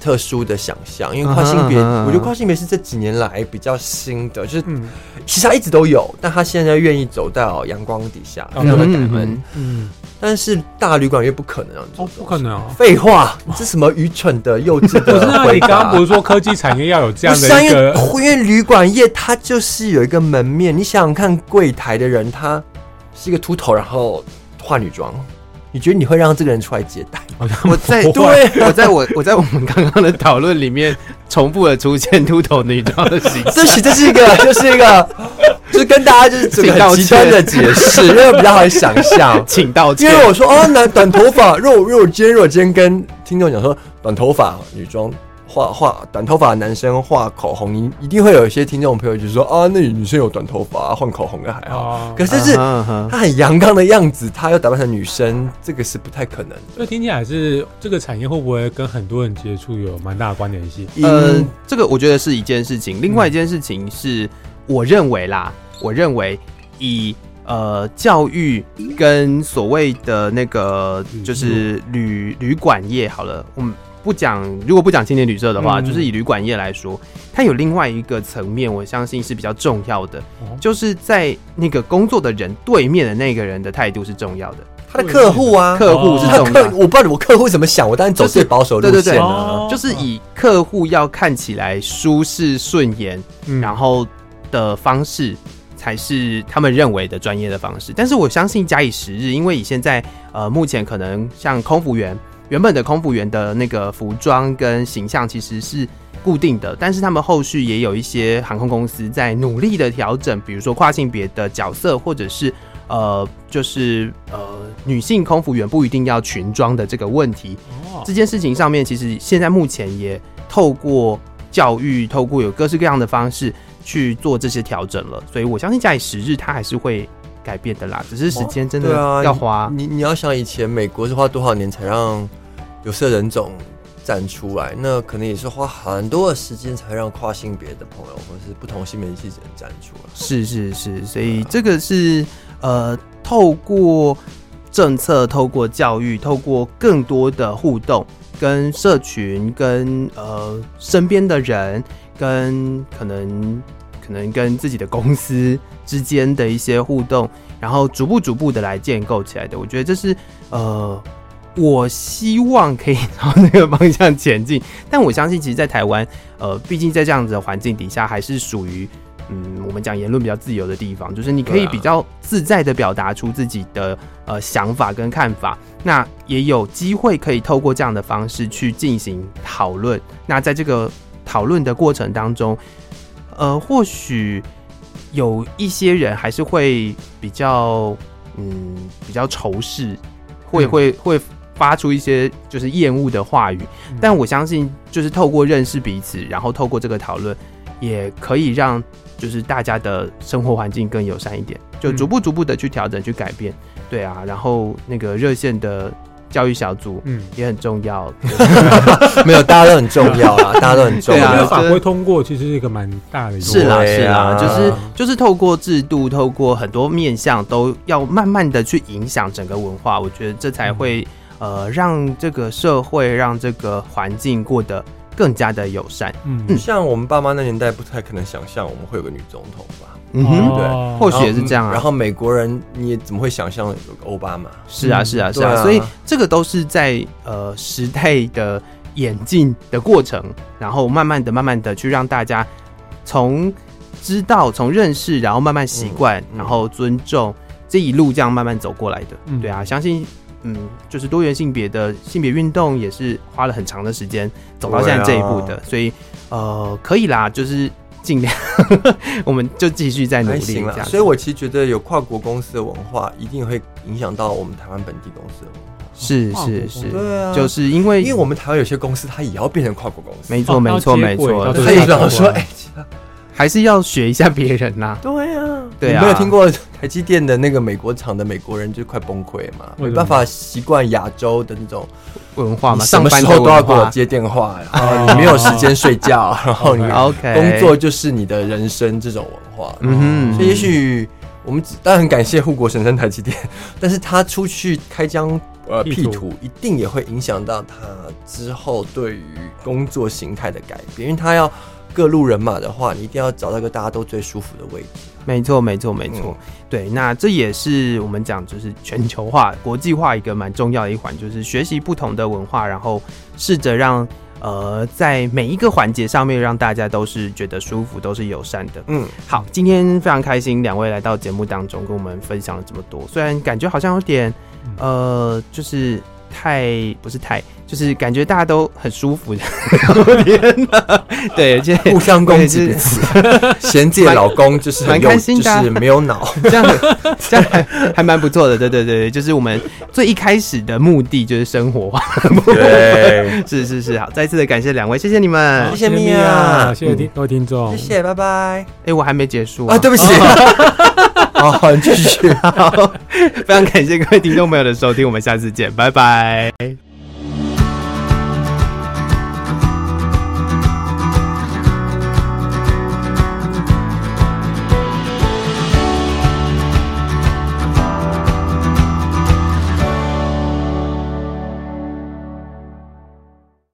Speaker 3: 特殊的想象，
Speaker 4: 嗯
Speaker 3: 因为跨性别，
Speaker 1: 啊哈啊哈
Speaker 3: 我觉得跨性别是这几年来比较新的，就是
Speaker 4: 嗯
Speaker 3: 其实他一直都有，但他现在愿意走到阳光底下，
Speaker 4: 嗯
Speaker 3: 让他感
Speaker 1: 嗯
Speaker 3: 恩。
Speaker 1: 嗯
Speaker 4: 嗯，
Speaker 3: 但是大旅馆越不可能让你做
Speaker 4: 哦，
Speaker 3: 这
Speaker 4: 不
Speaker 3: 种
Speaker 4: 可能哦。
Speaker 3: 废话，你这什么愚蠢的、幼稚
Speaker 4: 不是
Speaker 3: 的
Speaker 4: 啊，
Speaker 3: 回
Speaker 4: 你刚
Speaker 3: 答
Speaker 4: 刚不？是说科技产业要有这
Speaker 3: 不
Speaker 4: 样
Speaker 3: 是啊
Speaker 4: 的一
Speaker 3: 因为
Speaker 4: 个？
Speaker 3: 因为旅馆业它就是有一个门面，你想想看，柜台的人他是一个秃头，然后化女装，你觉得你会让这个人出来接 待？
Speaker 4: 好像
Speaker 1: 我在
Speaker 4: 不会，
Speaker 3: 对，
Speaker 1: 我在我我在我们刚刚的讨论里面重复的出现秃头女装的形象，
Speaker 3: 这是这是一个，就是一个，就是跟大家就是整个很极端的解 释，因为比较好想 象。
Speaker 1: 请道
Speaker 3: 因
Speaker 1: 歉。
Speaker 3: 为我说哦，男短头发，如果如果今天如果今天跟听众讲说短头发女装画画短头发男生画口红，你一定会有一些听众朋友就说啊，那女生有短头发换口红那还好，
Speaker 4: 哦
Speaker 3: 可，是就是
Speaker 1: 啊哈啊哈
Speaker 3: 她很阳刚的样子，她又打扮成女生，这个是不太可能的。
Speaker 4: 所以听起来是这个产业会不会跟很多人接触有蛮大的关联性？
Speaker 1: 呃
Speaker 3: 嗯，，
Speaker 1: 这个我觉得是一件事情，另外一件事情是，我认为啦，我认为以呃教育跟所谓的那个
Speaker 4: 旅
Speaker 1: 就是旅旅馆业好了，我们不讲，如果不讲青年旅社的话，
Speaker 4: 嗯
Speaker 1: 就是以旅馆业来说，它有另外一个层面，我相信是比较重要的，
Speaker 4: 哦
Speaker 1: 就是在那个工作的人对面的那个人的态度是重要的，
Speaker 3: 她的客户啊，
Speaker 1: 客户是
Speaker 3: 她
Speaker 1: 重要
Speaker 3: 客，。我不知道我客户怎么想，我当然走最保守路
Speaker 1: 对
Speaker 3: 线
Speaker 1: 对
Speaker 3: 啊。
Speaker 1: 就是以客户要看起来舒适顺眼，
Speaker 4: 嗯
Speaker 1: 然后的方式才是他们认为的专业的方式。但是我相信假以时日，因为以现在呃目前可能像空服员原本的空服员的那个服装跟形象其实是固定的，但是他们后续也有一些航空公司在努力的调整，比如说跨性别的角色，或者是呃就是呃女性空服员不一定要裙装的这个问题，
Speaker 4: 哦
Speaker 1: 这件事情上面，其实现在目前也透过教育，透过有各式各样的方式去做这些调整了。所以我相信假以时日，它还是会改变的啦。只是时间真
Speaker 3: 对啊
Speaker 1: 的要花。
Speaker 3: 你你要想以前美国是花多少年才让有色人种站出来，那可能也是花很多的时间才让跨性别的朋友或是不同性别气质人站出来。
Speaker 1: 是是是，所以这个是呃，透过政策、透过教育、透过更多的互动，跟社群、跟呃身边的人、跟可能可能跟自己的公司之间的一些互动，然后逐步逐步的来建构起来的。我觉得这是呃。我希望可以朝那个方向前进，但我相信，其实，在台湾，呃，毕竟在这样子的环境底下，还是属于嗯，我们讲言论比较自由的地方，就是你可以
Speaker 3: 对啊
Speaker 1: 比较自在的表达出自己的呃想法跟看法，那也有机会可以透过这样的方式去进行讨论。那在这个讨论的过程当中，呃，或许有一些人还是会比较嗯比较仇视，会
Speaker 4: 嗯
Speaker 1: 会会发出一些就是厌恶的话语。
Speaker 4: 嗯
Speaker 1: 但我相信，就是透过认识彼此，然后透过这个讨论，也可以让就是大家的生活环境更友善一点，就
Speaker 4: 嗯
Speaker 1: 逐步逐步的去调整、去改变。对啊，然后那个热线的教育小组
Speaker 4: 嗯，
Speaker 1: 也很重要。
Speaker 3: 没有，大家都很重要啦，大家都很重
Speaker 1: 对啊
Speaker 4: 我
Speaker 3: 要
Speaker 4: 觉得。法
Speaker 1: 就是
Speaker 4: 规通过其实是一个蛮大的一个
Speaker 1: 是啦，
Speaker 3: 对
Speaker 1: 是啦，
Speaker 3: 啊
Speaker 1: 就是就是透过制度，透过很多面向，都要慢慢的去影响整个文化。我觉得这才会、呃让这个社会、让这个环境过得更加的友善。
Speaker 4: 嗯
Speaker 3: 像我们爸妈那年代，不太可能想象我们会有个女总统吧？
Speaker 1: 嗯
Speaker 4: 哦
Speaker 1: 哼，
Speaker 4: 아。
Speaker 3: 对
Speaker 1: 或许也是这样啊。
Speaker 3: 然后美国人，你也怎么会想象有个奥巴马？
Speaker 1: 是啊，
Speaker 4: 嗯
Speaker 1: 是啊，是
Speaker 3: 对
Speaker 1: 啊，
Speaker 3: 啊
Speaker 1: 所以这个都是在呃时代的演进的过程，然后慢慢的、慢慢的去让大家从知道、从认识，然后慢慢习惯，
Speaker 3: 嗯
Speaker 1: 然后尊重这一路这样慢慢走过来的。
Speaker 4: 嗯
Speaker 1: 对啊，相信嗯，就是多元性别的性别运动也是花了很长的时间走到现在这一步的，
Speaker 3: 对啊
Speaker 1: 所以呃可以啦，就是尽量 我们就继续再努
Speaker 3: 还
Speaker 1: 力这
Speaker 3: 行
Speaker 1: 样
Speaker 3: 啦，
Speaker 1: 子。
Speaker 3: 啊所以我其实觉得有跨国公司的文化，一定会影响到我们台湾本地公司的文化。
Speaker 1: 是
Speaker 4: 跨国
Speaker 1: 是
Speaker 4: 公司
Speaker 1: 是，
Speaker 3: 对啊
Speaker 1: 就是因为
Speaker 3: 因为我们台湾有些公司，它也要变成跨国公司，
Speaker 1: 没错，
Speaker 4: 哦
Speaker 1: 没错，
Speaker 4: 到接
Speaker 1: 没
Speaker 4: 轨
Speaker 1: 错
Speaker 4: 到，
Speaker 3: 所
Speaker 4: 对
Speaker 3: 以
Speaker 4: 接轨
Speaker 3: 想说，
Speaker 4: 对
Speaker 3: 哎、
Speaker 1: 还是要学一下别人啦。
Speaker 3: 对啊，
Speaker 1: 对啊
Speaker 3: 你没有听过台积电的那个美国厂的美国人就快崩溃嘛，
Speaker 4: 为什么
Speaker 3: 没办法习惯亚洲的那种，
Speaker 1: 文化
Speaker 3: 你
Speaker 1: 嘛，
Speaker 3: 什
Speaker 1: 上
Speaker 3: 么
Speaker 1: 班
Speaker 3: 时
Speaker 1: 的
Speaker 3: 候都要
Speaker 1: 文
Speaker 3: 给我
Speaker 1: 化。
Speaker 3: 接 电话，然
Speaker 4: 哦
Speaker 3: 后你没有时间睡觉，然后你
Speaker 1: 哦 OK，
Speaker 3: 工作，就是你的人生这种文化，
Speaker 1: 嗯
Speaker 3: 所
Speaker 1: 哼，
Speaker 3: 以也许我们只当然很感谢护国神山台积电，但是他出去开疆呃
Speaker 4: 地
Speaker 3: 屁
Speaker 4: 图
Speaker 3: 图，一定也会影响到他之后对于工作形态的改变，因为他要各路人马的话，你一定要找到一个大家都最舒服的位置。
Speaker 1: 没错，没错，没错。
Speaker 3: 嗯
Speaker 1: 对，那这也是我们讲就是全球化、国际化一个蛮重要的一环，就是学习不同的文化，然后试着让呃在每一个环节上面让大家都是觉得舒服，都是友善的。
Speaker 3: 嗯，
Speaker 1: 好，今天非常开心，两位来到节目当中跟我们分享了这么多，虽然感觉好像有点
Speaker 3: 嗯
Speaker 1: 呃，就是。太不是太，就是感觉大家都很舒服的，天哪！ 对， 而且
Speaker 3: 互相攻击
Speaker 1: 对
Speaker 3: 彼
Speaker 1: 是
Speaker 3: 此，贤姐老公就是很
Speaker 1: 蛮
Speaker 3: 有，
Speaker 1: 开心
Speaker 3: 就
Speaker 1: 的啊
Speaker 3: 是没 有脑。
Speaker 1: 这样这样还还蛮不错的，对对对，对就是我们最一开始的目的就是生活化，
Speaker 3: 对，
Speaker 1: 是是是，好，再次的感谢两位，谢谢你们。哎、
Speaker 3: 好谢谢
Speaker 4: 米
Speaker 3: Mia
Speaker 4: 娅，谢谢听各位听
Speaker 3: 谢
Speaker 4: 众，
Speaker 3: 谢，拜拜。
Speaker 1: 哎我还没结束
Speaker 3: 啊，对 不起。好，哦你继续。
Speaker 1: 非常感谢各位听众朋友的收听，我们下次见，拜拜。